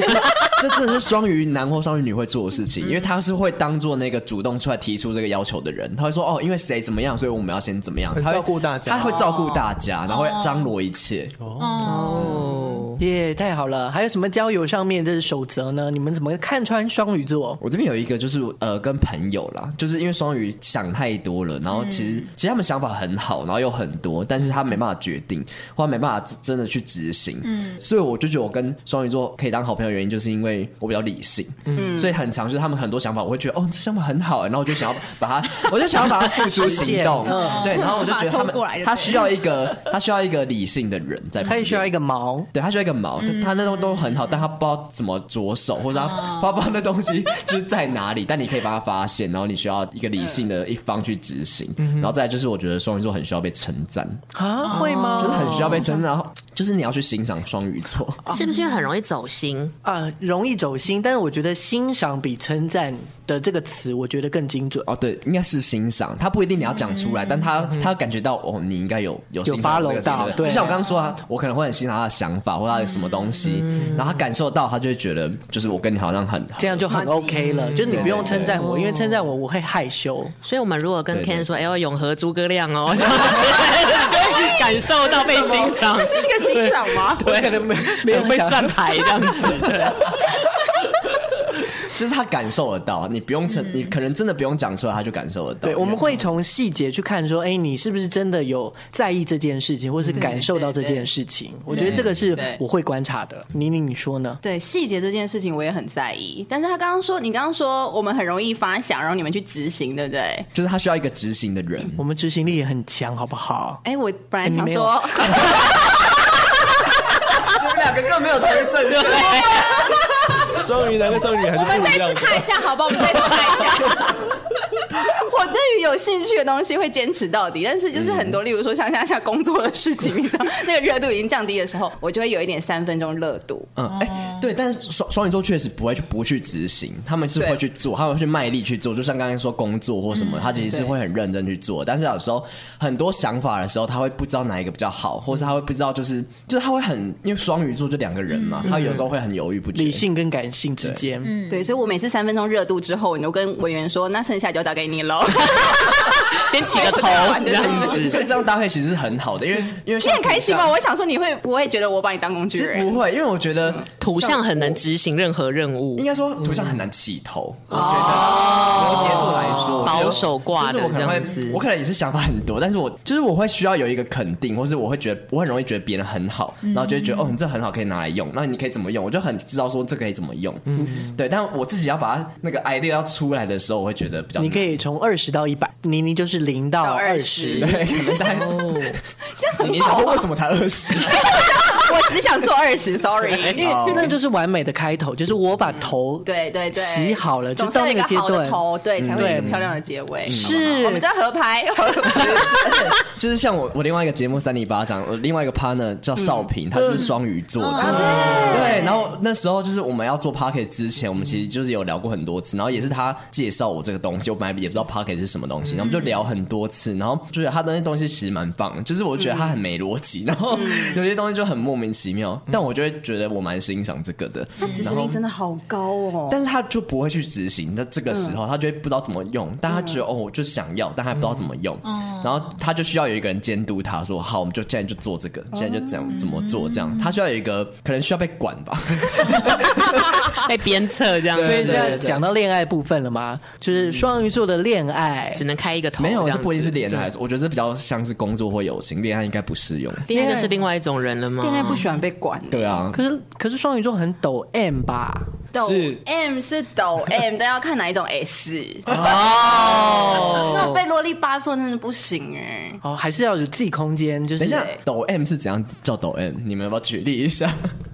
F: 这真的是双鱼男或双鱼女会做的事情，因为他是会当做那个主动出来提出这个要求的人，他会说哦，因为谁怎么样，所以我们要先怎么样，
H: 很
F: 他会
H: 照顾大家
F: 他会照顾大家，然后会张罗一切。
E: 哦
D: 耶、太好了！还有什么交友上面的守则呢？你们怎么看穿双鱼座？
F: 我这边有一个，就是呃，跟朋友啦，就是因为双鱼想太多了，然后其实、其实他们想法很好，然后有很多，但是他没办法决定，或他没办法真真的去执行。嗯，所以我就觉得我跟双鱼座可以当好朋友，原因就是因为我比较理性，嗯，所以很常就是他们很多想法，我会觉得哦，这想法很好，然后我就想要把 它，我就想要把它付诸行 动，嗯，对，然后我就觉得他
G: 把它
F: 们
G: 偷过来就对
F: 他需要一个他需要一个理性的人在旁边，
D: 他也需要一个毛。
F: 对他需要一个毛，
D: 嗯
F: 他那东都很好，但他不知道怎么着手，或者他
D: 哦
F: 他不知道那东西就是在哪里，但你可以帮他发现，然后你需要一个理性
D: 嗯
F: 的一方去执行，然后再来就是我觉得双鱼座很需要被称赞，
D: 啊，会吗？
F: 就是很需要被称赞，
D: 哦
F: 然后就是你要去欣赏双鱼座，
E: 是不是因为很容易走心？
D: 啊、容易走心，但是我觉得欣赏比称赞的这个词，我觉得更精准。
F: 哦，对，应该是欣赏，他不一定你要讲出
D: 嗯
F: 来，但他他感觉到哦，你应该有有欣赏这
D: follow
F: 个事
D: 到
F: 情
D: 对
F: 就像我刚刚说啊，我可能会很欣赏他的想法或他的什么东西，然后他感受到，他就会觉得就是我跟你好像很
D: 嗯这样就很 OK 了，就是你不用称赞我，因为称赞我我会害羞。
E: 所以我们如果跟
F: 对对
E: Ken 说，哎，要永和诸葛亮哦，这 样子 就会感受到被欣赏，
C: 这个欣赏吗？
E: 对，可能没没有被算牌这样子，
F: 就是他感受得到，你不用
C: 嗯
F: 称，你可能真的不用讲出来，他就感受得到。
D: 对，我们会从细节去看，说，哎，你是不是真的有在意这件事情，或是感受到这件事情？我觉得这个是
C: 对
D: 我会观察的。妮妮，你说呢？
C: 对细节这件事情我也很在意，但是他刚刚说，你刚刚说我们很容易发想，然后你们去执行，对不对？
F: 就是他需要一个执行的人，
C: 嗯
D: 我们执行力也很强，好不好？
C: 哎，我本来
D: 你
C: 想
D: 没有
C: 说，
F: 你们两个更没有同一阵线。
H: 双鱼男跟双鱼女还是
G: 我们
H: 不一
G: 再
H: 样
G: 次
H: 的。
G: 看一下，好吧？我们再次看一下。
C: 我对于有兴趣的东西会坚持到底，但是就是很多，例如说像像像工作的事情，你知道那个热度已经降低的时候，我就会有一点三分钟热度。
F: 嗯，哎、对，但是双双鱼座确实不会去不去执行，他们是
C: 对
F: 会去做，他们会去卖力去做。就像刚才说工作或什么，他其实是会很认真去做。但是有时候很多想法的时候，他会不知道哪一个比较好，或是他会不知道就是就是他会很，因为双鱼座就两个人嘛，他有时候会很犹豫不决。
D: 理性跟感性之间，
C: 对，所以我每次三分钟热度之后，我就跟委员说，那剩下就交给你喽。
E: 先起个头
C: 我也不知道
E: 这样子。
F: 所以这样搭配其实是很好的，因为因为
C: 你
F: 像
C: 很开心
F: 土
C: 吗？
F: 象？
C: 我想说你会不会觉得我把你当工具
F: 其实
C: 人？
F: 不会，因为我觉得
E: 土象很能执行任何任务
F: 应，该说图像很难起头，我觉得摩羯座来说，我觉得
E: 嗯哦保守挂的
F: 就是我可能
E: 这样子
F: 会，我可能也是想法很多，但是我就是我会需要有一个肯定，或是我会觉得我很容易觉得别人很好，
E: 嗯
F: 然后就会觉得哦，你这很好可以拿来用，那你可以怎么用？我就很知道说这可以怎么用，
E: 嗯
F: 对。但我自己要把它那个 idea 要出来的时候，我会觉得比较
D: 你可以从二十到一百，妮妮就是零到
C: 到
D: 二
C: 20
D: 十。
F: 对， 可能大概
E: 哦
F: 你你想说为什么才二十？
C: 我只想做二十，sorry。
D: 因
F: 哦
D: 为那就是完美的开头，就是我把头
C: 嗯对对对，
D: 洗好了，就
C: 总是
D: 到
C: 要有
D: 那
C: 一个
D: 阶
C: 好的
D: 段。嗯
C: 头，对，才会有一个
D: 对嗯
C: 漂亮的结尾。我们
D: 是
C: 叫合 拍，
F: 就是像我我另外一个节目三里巴掌，我另外一个 partner 叫少平，他是双鱼座的，对。然后那时候就是我们要做 p o c k e t 之前，我们其实就是有聊过很多次，然后也是他介绍我这个东西，我本来也不知道 p o c k e t 是什么东西，然后我们就聊很多次，然后就觉得他的那东西其实蛮棒的，就是我觉得他很没逻辑，然后有些东西就很莫名其妙，但我就会觉得我蛮欣赏这个的。
C: 执行力真的好高哦。
F: 但是他就不会去执行，那这个时候他就会不知道怎么用，但他觉得、哦，我就想要，但他不知道怎么用，然后他就需要有一个人监督他说，好，我们就现在就做这个，现在就怎样怎么做这样，他需要有一个可能需要被管吧，
E: 被鞭策这样
D: 所以
E: 子，
D: 现在讲到恋爱部分了吗？就是双鱼座的恋爱，
E: 只能开一个头。
F: 没 有，
E: 这
F: 这
E: 样
F: 不一定是恋爱，我觉得这比较像是工作或友情，恋爱应该不适用。
E: 恋爱就是另外一种人了
D: 嗯
E: 吗？
C: 恋爱不喜欢被管的。
F: 对啊，
D: 可是可是双鱼座很抖 M 吧？
C: 抖
H: 是
C: M 是抖 M，但要看哪一种 S。哦， 那种被啰里吧嗦真的不行哎、
D: 哦，还是要有自己空间，就
F: 等一下
D: 是，
F: 抖 M 是怎样叫抖 M？你们要不要举例一下？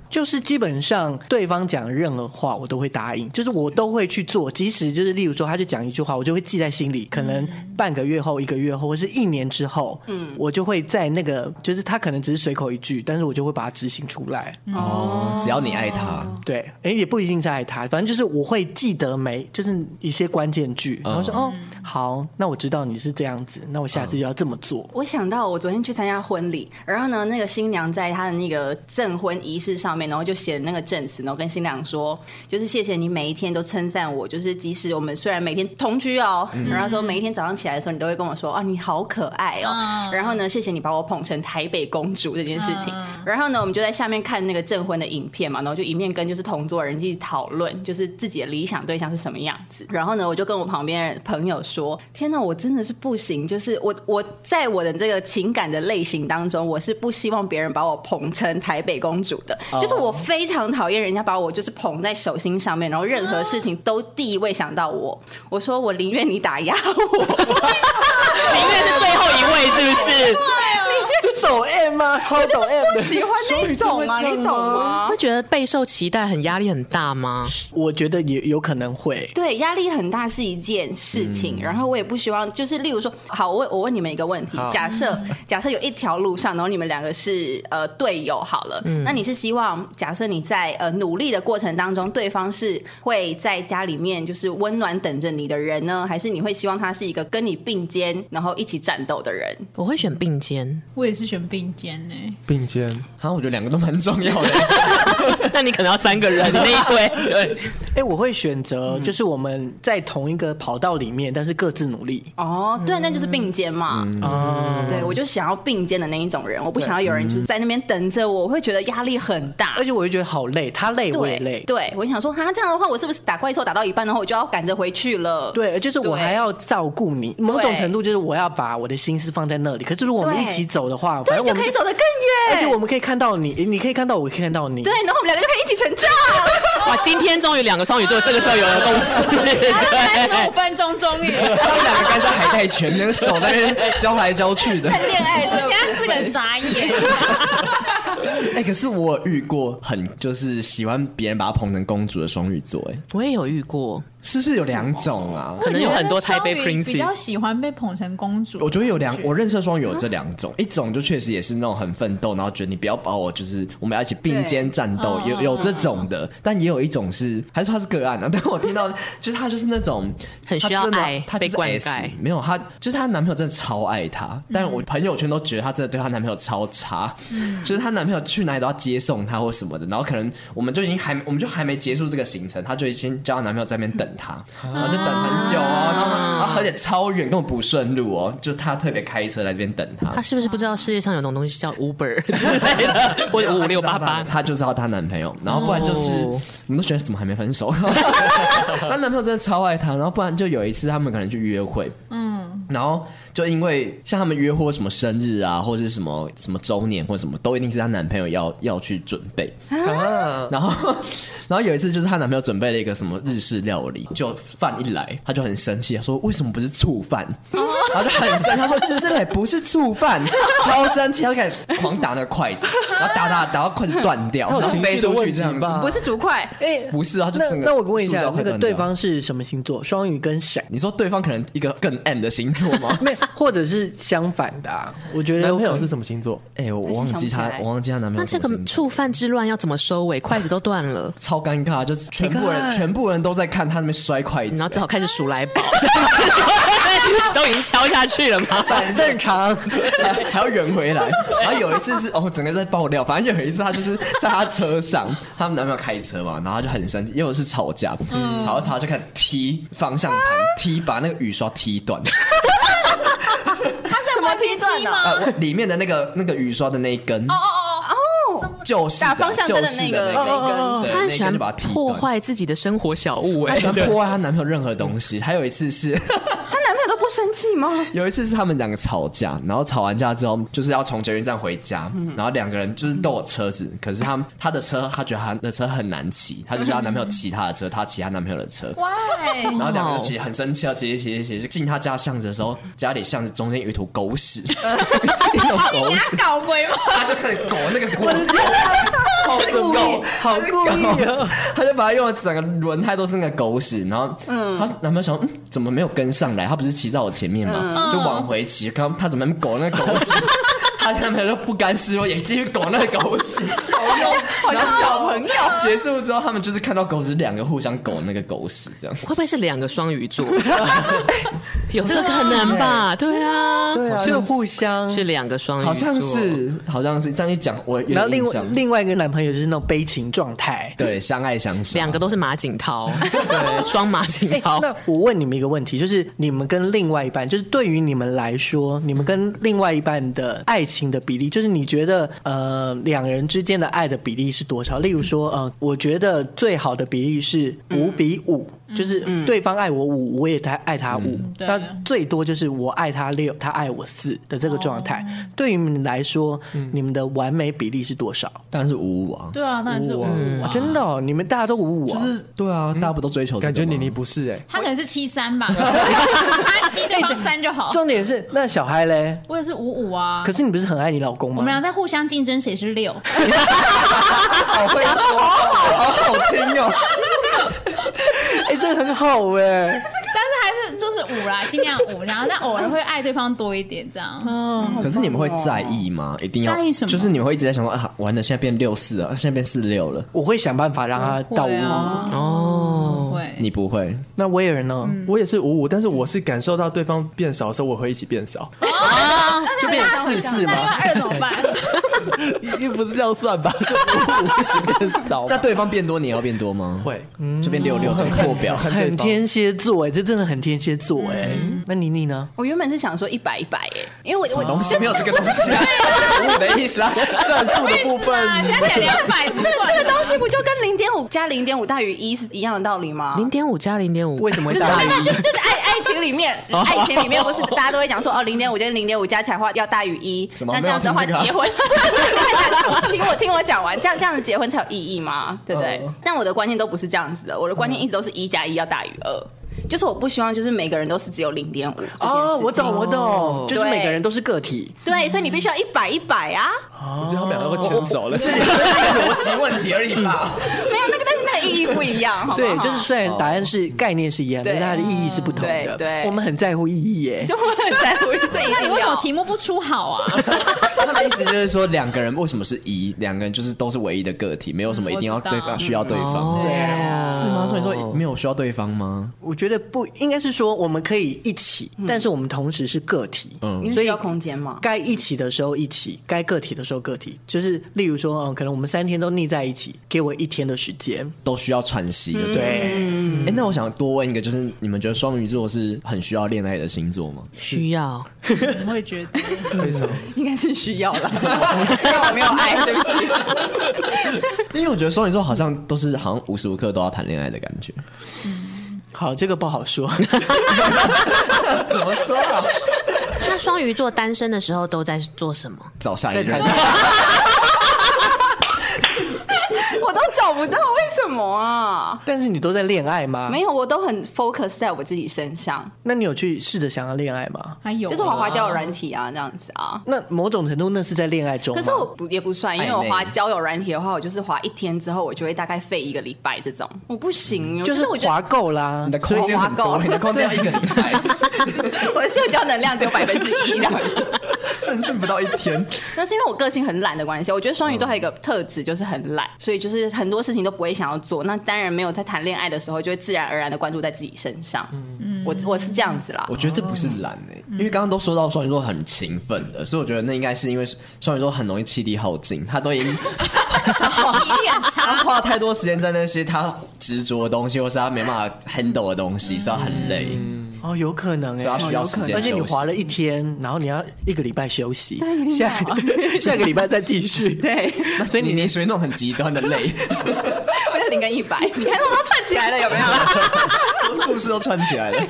D: 就是基本上对方讲任何话我都会答应，就是我都会去做，即使就是例如说他就讲一句话，我就会记在心里，可能半个月后、一个月后或是一年之后，嗯，我就会在那个就是他可能只是随口一句，但是我就会把它执行出来。
F: 哦， 只要你爱他，
D: 对，哎、也不一定在爱他，反正就是我会记得每就是一些关键句，然后说、哦，
C: 嗯
D: 好，那我知道你是这样子，那我下次就要这么 做。
C: 我想到我昨天去参加婚礼，然后呢，那个新娘在她的那个证婚仪式上面，然后就写那个证词，然后跟新娘说，就是谢谢你每一天都称赞我，就是即使我们虽然每天同居哦，然后说每一天早上起来的时候，你都会跟我说啊你好可爱哦，然后呢，谢谢你把我捧成台北公主这件事情，然后呢，我们就在下面看那个证婚的影片嘛，然后就一面跟就是同桌人去讨论，就是自己的理想对象是什么样子。然后呢，我就跟我旁边的朋友说：“天哪，我真的是不行，就是我我在我的这个情感的类型当中，我是不希望别人把我捧成台北公主的，就是我非常讨厌人家把我就是捧在手心上面，然后任何事情都第一位想到我。我说我宁愿你打压我，
E: 宁愿是最后一位，是不是？
D: 抖 M 啊，超抖 M 的。
C: 喜欢那种啊，你懂吗？
E: 会觉得备受期待很压力很大吗？
D: 我觉得也有可能会，
C: 对，压力很大是一件事情，然后我也不希望，就是例如说，好，我问我问你们一个问题，假设假设有一条路上，然后你们两个是呃队友好了，那你是希望假设你在呃努力的过程当中，对方是会在家里面就是温暖等着你的人呢，还是你会希望他是一个跟你并肩，然后一起战斗的人？
E: 我会选并肩，
G: 我也是选并肩呢、
H: 并肩，
F: 好，我觉得两个都蛮重要的。
E: 那你可能要三个人那一堆，对，
D: 哎、我会选择就是我们在同一个跑道里面，但是各自努力。
C: 哦，对，那就是并肩嘛。哦、对，我就想要并肩的那一种人，我不想要有人就是在那边等着我，我会觉得压力很大
D: 而。且我就觉得好累，他累我也
C: 对
D: 累，。
C: 对，我想说，哈，这样的话，我是不是打怪兽打到一半，然后我就要赶着回去了？
D: 对，就是我还要照顾你，某种程度就是我要把我的心思放在那里。可是如果我们
C: 对
D: 一起走的话，
C: 对，
D: 反正
C: 就
D: 我们
C: 可以走得更远。
D: 而且我们可以看到你，你可以看到我，我可以看到你。
C: 对，然后我们两个就可以一起成长。
E: 哇，今天终于两个双鱼座这个时候有了共识，
G: 三十五分钟终于，
F: 他们两个刚才还带拳，那个手在那边交来交去的。
C: 恋爱的，
G: 其他四个人傻眼。
F: 哎、可是我有遇过很就是喜欢别人把她捧成公主的双鱼座，哎，
E: 我也有遇过，
F: 是不是有两种啊？
E: 可能有很多台北
G: 我觉得双鱼比较
E: princess。
G: 喜欢被捧成公主。
F: 我觉得有两，我认识的双鱼有这两种，一种就确实也是那种很奋斗，然后觉得你不要把我，就是我们要一起并肩战斗，有有这种的，但也有一种是，还是他是个案啊。 但我听到就是他就是那种
E: 很需要
F: 她真的
E: 爱
F: 她就是
E: 被灌
F: S，
E: 溉
F: 没有她就是她男朋友真的超爱她，但我朋友圈都觉得她真的对她男朋友超差，就是她男朋友去哪里都要接送她或什么的，然后可能我们就已经还我们就还没结束这个行程，她就已经叫她男朋友在那边等她，然后就等很久哦，然后然后而且超远，根本不顺路哦，就她特别开车来这边等她。
E: 他是不是不知道世界上有种东西叫 Uber 之 类的，或者五六八八？
F: 她就知道她男朋友，然后不然就是、
E: 哦
F: 你们都觉得怎么还没分手？她男朋友真的超爱她，然后不然就有一次他们可能去约会，嗯，然后就因为像他们约会什么生日啊，或者是什么什么周年或什么，都一定是她男朋友要要去准备，然后， 然后有一次就是她男朋友准备了一个什么日式料理，就饭一来，她就很生气，她说为什么不是醋饭？然后就很生气，她说日式料理不是醋饭， 超生气，她就开始狂打那个筷子，然后打打打到筷子断掉，然后飞出去这样子。
C: 不是竹筷，
D: 哎
F: 不是啊就
D: 那
F: 整个
D: 那我问一
F: 塑
D: 下
F: 胶，
D: 那
F: 快
D: 个
F: 断
D: 对
F: 掉
D: 方是什么星座？双鱼跟闪，？
F: 你说对方可能一个更 M 的星座 吗
D: 没有，或者是相反的啊？我觉得
H: 男朋友
D: 可能
H: 是什么星座？
F: 哎、我忘记
C: 还
F: 她
C: 是想不起来，
F: 我忘记她男朋
E: 那
F: 友什
E: 这
F: 么星座。
E: 个触犯之乱要怎么收尾？筷子都断了，
F: 超尴尬，就是全部人全部人都在看她那边摔筷子
E: 然后，只好开始数来 宝，都已经敲下去了嘛。
D: 很正常。
F: 还要圆回来。然后有一次是哦，整个在爆料，反正有一次她就是 在她车上，她男朋友开车嘛，然后她就很生气，又是吵架，吵着吵着就开始踢方向盘，踢把那个雨刷踢断，
C: 他是怎么劈断的？
F: 呃，我里面的那个那个雨刷的那一根，
G: 哦哦哦，
F: 就是
C: 打方向灯
F: 就
C: 的
F: 是
C: 那
F: 的哦
C: 个
F: 那
C: 那
F: 个。
C: 根，
F: 对
E: 她很
F: 那一
E: 喜
F: 根
E: 欢
F: 就把它踢
E: 破
F: 断
E: 坏自己的生活小物、
F: 她
E: 哎，
F: 喜欢破坏她男朋友任何东西。还有一次是，
C: 她男朋友都不生气吗？
F: 有一次是他们两个吵架，然后吵完架之后就是要从捷运站回家，然后两个人就是都有车子，可是他们他的车，他觉得他的车很难骑，他就叫她男朋友骑他的车，她骑她男朋友的车。
C: 喂，
F: 然后两个人骑很生气，要骑骑骑骑，就进他家巷子的时候，家里巷子中间有一坨狗屎，一坨狗屎，
G: 搞鬼吗？
F: 他就开始狗那个狗，好
D: 故意好故意啊
F: 他就把它用了整个轮胎都是那个狗屎，然后，嗯，他男朋友想，嗯，怎么没有跟上来？他不是骑在我前面吗？就往回骑，看到他怎么狗那个狗屎，他男朋友就不甘示弱，也继续狗那个狗屎，好用，好像小朋友。结束之后，他们就是看到狗屎，两个互相狗那个狗屎，这样
E: 会不会是两个双鱼 座？有这个可能吧？对啊，
D: 对啊，就互相。
E: 是两个双鱼座，
F: 哎好像是，好像是这样一讲，我有
D: 然后
F: 点
D: 另
F: 印
D: 外
F: 象。
D: 另外一个男朋友就是那种悲情状态。
F: 对，相爱相杀，
E: 两个都是马景 涛，双马
F: 哎
E: 景涛。
D: 那我问你们一个问题，就是你们跟另外一半，就是对于你们来说，你们跟另外一半的爱情的比例，就是你觉得呃两人之间的爱的比例是多少？例如说，呃，我觉得最好的比例是五比五、
G: 嗯
D: 就是对方爱我五，我也他爱他五、
G: 对
D: 那最多就是我爱他六，他爱我四的这个状态、对于你们来说，你们的完美比例是多少？
F: 当然是五五啊，
G: 对啊，当然是五五
D: 哇
G: 啊。
D: 真的、哦，你们大家都五五、啊，
F: 就是对啊，大家不都追求这个
H: 感
F: 吗？
H: 觉妮妮不是哎，
G: 他可能是七三 吧，他七哎对方三就好。
D: 重点是那小孩嘞。
G: 我也是五五啊
D: 可。是你不是很爱你老公吗？
G: 我们俩在互相竞争，谁是 六？
B: 好会说，好好听哦。
D: 哎、这个很好哎、
G: 但是还是就是五啦，尽量五，然后但偶尔会爱对方多一点这样。
F: 可是你们会在意吗？一定要
G: 在意什么
F: 就是你们会一直在想说啊，完了，现在变六四了，现在变四六
G: 哦
F: 了。
D: 我会想办法让他到五、
G: 会啊，
E: 哦，
G: 会。
F: 你不会，
D: 那威尔呢？
H: 我也是五五，但是我是感受到对方变少的时候，我会一起变少。
G: 就变
D: 四四
G: 那另
D: 吗？
G: 外二怎么办？
F: 也不是这样算吧？五五变少，那对方变多，你也要变多吗？
H: 会，
B: 嗯
F: 就变六六，这种扩表。
H: 看对
D: 很
H: 方。
D: 天蝎座哎、这真的很天蝎座哎、那妮妮呢？
C: 我原本是想说一百一百耶，因为我我
F: 东西没有这个东西啊，五五的意思啊，算数的部分。
G: 啊，加起来两百不算。啊
C: 这个东西不就跟零点五加零点五大于一是一样的道理吗？
E: 零点五加零点五
D: 为，什么
C: 就
D: 会
C: 是
D: 大于
C: 那就就是爱爱情里面，爱情里面不是大家都会讲说哦，零点五跟零点五加起来的话要大于一，
F: 什么
C: 那这样子的话
F: 没有听
C: 结
F: 这
C: 婚，听我听我讲完，这样这样子结婚才有意义嘛，对不对？但我的观念都不是这样子的，我的观念一直都是一加一要大于二，就是我不希望就是每个人都是只有零点五
D: 哦，我懂，我懂，就是
C: 对
D: 每个人都是个体，
C: 对，所以你必须要一百一百啊，
H: 我觉得他们两个都牵手了，是
F: 逻辑问题而已吧。
C: 没有那个，但是那个意义不一样，好不好
D: 对，就是虽然答案是概念是一样，但
C: 对
D: 是它的意义是不同
C: 对
D: 的。
C: 对
D: 我们很在乎意义耶。
C: 就 我很在乎这一
G: 那你为什么
C: 要
G: 题目不出好 啊？
F: 他的意思就是说，两个人为什么是一？两个人就是都是唯一的个体，没有什么一定要对
G: 我知道
F: 方需要对方，
G: 对
E: 啊
F: 哦是吗？所以说没有需要对方吗？
D: 我觉得不应该是说我们可以一起，但是我们同时是个体。
C: 你是需要空间吗？
D: 该一起的时候一起，该个体的时候个体，就是例如说，嗯，可能我们三天都腻在一起，给我一天的时间。
F: 都需要喘息的，对。
D: 对，
F: 哎、那我想多问一个，就是你们觉得双鱼座是很需要恋爱的星座吗？
E: 需要
G: 我也觉得，
H: 非常
C: 应该是需要了，虽然我没有爱，对不起。
F: 因为我觉得双鱼座好像都是好像无时无刻都要谈恋爱的感觉。
D: 好，这个不好说。
F: 怎么说啊？
E: 那双鱼座单身的时候都在做什么？
F: 找下一任，
C: 我都找不到，为什么啊？
D: 但是你都在恋爱吗？
C: 没有，我都很 focus 在我自己身上，
D: 那你有去试着想要恋爱吗？
G: 还有啊
C: 就是滑滑交友软体啊，这样子啊。
D: 那某种程度那是在恋爱中吗。
C: 可是我不也不算，因为
F: 暧
C: 我
F: 昧
C: 滑交友软体的话，我就是滑一天之后，我就会大概废一个礼拜这种。我不行，
D: 嗯就是是
C: 我觉
D: 滑
C: 得
D: 够啦
F: 你的，空间很
C: 我
F: 多，
C: 滑够
F: 你的空间要一个礼拜，
C: 我的社交能量只有百分之一这样子。
F: 甚至不到一天。
C: 那是因为我个性很懒的关系。我觉得双鱼座还有一个特质就是很懒，所以就是很多事情都不会想要做。那当然没有在谈恋爱的时候，就会自然而然的关注在自己身上。嗯，我我是这样子啦。
F: 我觉得这不是懒哎、因为刚刚都说到双鱼座很勤奋的，所以我觉得那应该是因为双鱼座很容易气力耗尽，他都已经
G: 体力很
F: 他
G: 差。
F: 花太多时间在那些他执着的东西，或是他没办法 handle 的东西，所以他很累。
D: 哦，有可能哎、
F: 所以他需要时间
D: 而且你
F: 休息
D: 滑了一天，然后你要一个礼拜休息
C: 一，定
D: 下
C: 要
D: 下个礼拜再继续。
C: 对，
F: 所以你你属 于那种很极端的累，
C: 我就零跟一百，你看他们都串起来了，有没有？
F: 故事都串起来了。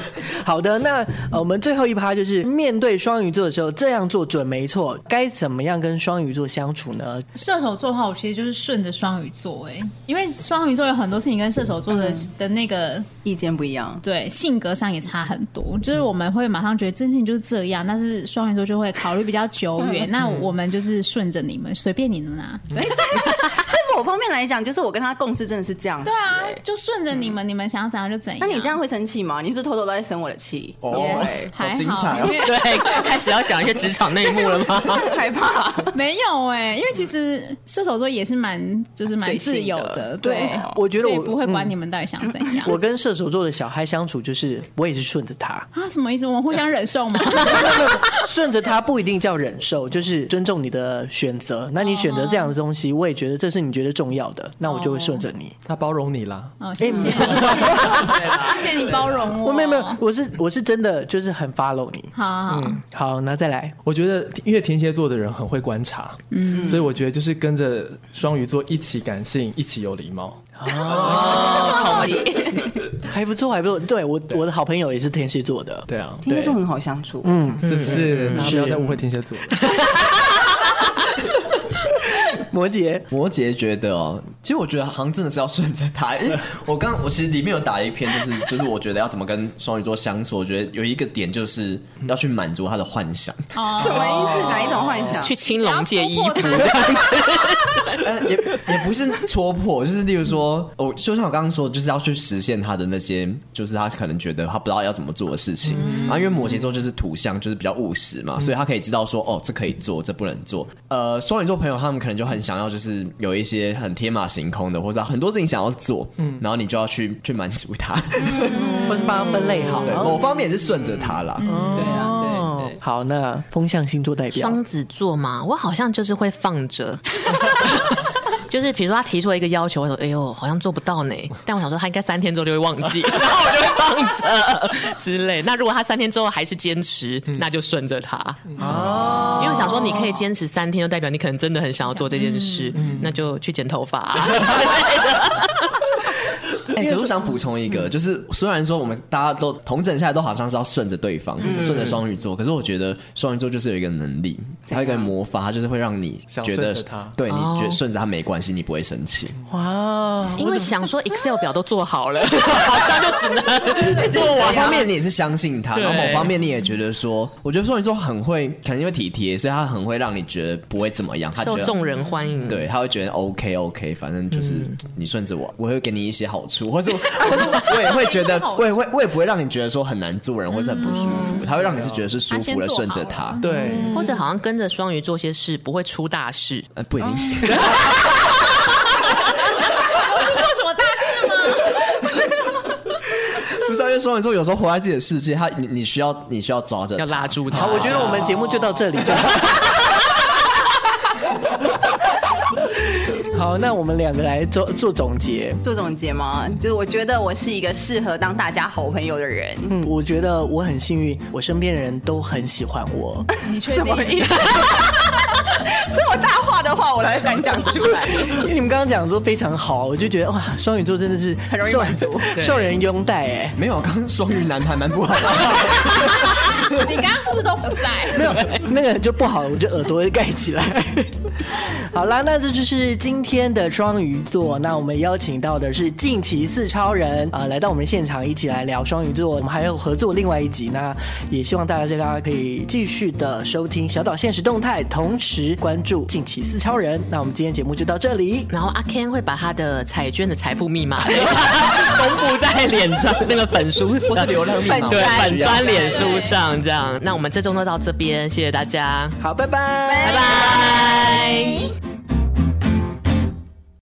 D: 好的，那、呃、我们最后一趴就是面对双鱼座的时候，这样做准没错。该怎么样跟双鱼座相处 呢？
G: 射手座的话，我其实就是顺着双鱼座哎、因为双鱼座有很多事情跟射手座的、的那个
C: 意见不一样，
G: 对性格上也差很多，就是我们会马上觉得真情就是这样，但是双鱼座就会考虑比较久远。那我们就是顺着你们，随便你们啊，
C: 嗯
G: 对
C: 在某方面来讲，就是我跟他共识真的是这样。对
G: 啊，就顺着你们，你们想怎样就怎样。
C: 那你这样会生气吗？你是不是偷偷都在生我的气？
F: 哦
G: 还好
F: 好精彩哦
G: 因为
E: 对，开始要讲一些职场内幕了吗？
C: 很害怕，
G: 没有哎、因为其实射手座也是蛮就是蛮
C: 随性的
G: 自由的，
D: 对
G: 对，
D: 我觉得我
G: 所以不会管你们到底想怎样。
D: 我跟射手座的小孩相处，就是我也是顺着 他，
G: 啊，什么意思？我们互相忍受吗？
D: 顺着他不一定叫忍受，就是尊重你的选择。那你选择这样的东西，我也觉得这是你觉得得重要的，那我就会顺着你。
H: 他包容你啦，
G: 哦，谢谢， 谢谢你包容
D: 哎
G: 我。
D: 我哦没有没嗯有，我是我是真的就是很 follow 你。
G: 好好好，
D: 好，那再来，
H: 我觉得因为天蝎座的人很会观察，嗯，所以我觉得就是跟着双鱼座一起感性，一起有礼貌。
C: 同意。
D: 还不错还不错。对我我的好朋友也是天蝎座的，
H: 对啊，
C: 天蝎座很好相处，
H: 是不嗯是？大家不要再误会天蝎座。
D: 摩羯。
F: 摩羯觉得哦，其实我觉得好像真的是要顺着他。因为我刚我其实里面有打一篇，就是就是我觉得要怎么跟双鱼座相处，我觉得有一个点就是要去满足他的幻想，
G: 哦
C: 什么意思？哪一种幻想？
E: 去青龙借衣服，
F: 呃，也也不是戳破，就是例如说，我就像我刚刚说，就是要去实现他的那些，就是他可能觉得他不知道要怎么做的事情。啊，因为摩羯座就是土象，就是比较务实嘛，所以他可以知道说，哦，这可以做，这不能做。呃，双鱼座朋友他们可能就很想要，就是有一些很天马行空的，或者很多事情想要做，然后你就要去去满足他，
D: 或是帮他分类好
F: 对，某方面是顺着他啦。
E: 对啊，
D: 哦，好，那风象星座代表
E: 双子座嘛，我好像就是会放着。 就是比如说他提出了一个要求，我说：“哎呦，好像做不到呢。”但我想说他应该三天之后就会忘 记，然后我就会放着之类。那如果他三天之后还是坚持，那就顺着他。哦，因为我想说你可以坚持三天，就代表你可能真的很想要做这件事，那就去剪头发、 啊。
F: 哎、可是我想补充一
E: 嗯
F: 个，就是虽然说我们大家都同整下来都好像是要顺着对方，
E: 嗯
F: 顺着双鱼座，可是我觉得双鱼座就是有一个能力，还有一个魔法，它就是会让你
H: 想
F: 觉得
H: 顺着他
F: 对你
E: 哦嗯
F: 觉得顺着他没关系，你不会生气。
D: 哇，
E: 因为想说 Excel 表都做好 了，好像就只能 做
F: 某
E: 完。
F: 方面你也是相信他，
E: 对
F: 然后某方面你也觉得说，我觉得双鱼座很会，可能因为体贴，所以他很会让你觉得不会怎么样，他觉
E: 受
F: 得
E: 众人欢迎，
F: 对，他会觉得 OK OK，反正就是你顺着我，我会给你一些好处，或是我或是我也会觉得，我也会我也不会让你觉得说很难做人，或是很不舒服，他会让你是觉得是舒服的，顺着他，
H: 对，
E: 或者好像跟着双鱼做些事不会出大事，
F: 呃，不一定。
G: 做什么大事吗？
F: 不是啊，因为双鱼座有时候活在自己的世界，他你你需要你需要抓着
E: 要拉住他。
D: 好，我觉得我们节目就到这里就 好。好，那我们两个来做做总结。
C: 做总结吗？就是我觉得我是一个适合当大家好朋友的人。
D: 嗯，我觉得我很幸运，我身边的人都很喜欢 我。
G: 你确
C: 什
G: 定？
C: 么意思？这么大话的话，我才敢讲出来。
D: 因为你们刚刚讲的都非常好，我就觉得哇，双鱼座真的是
C: 很容易
D: 受
C: 满足
D: 受人拥戴哎。
F: 没有，刚刚双鱼男还蛮不好的。
G: 你刚刚是不是都不在？
D: 没有， 那个就不好，我就耳朵盖起来。 好啦，那这就是今天的双鱼座。那我们邀请到的是近期四超人啊、呃来到我们现场一起来聊双鱼座。我们还有合作另外一集，那也希望大家大家可以继续的收听小岛现实动态，同时关注近期四超人。那我们今天节目就到这里。
E: 然后阿 Ken 会把他的彩券的财富密 码公布在脸上那个粉书上，
F: 或是流量密码
E: 对
F: 我需要
E: 粉砖脸书上这样。那我们这周就到这边，谢谢大家，
D: 好，拜拜，拜
E: 拜拜。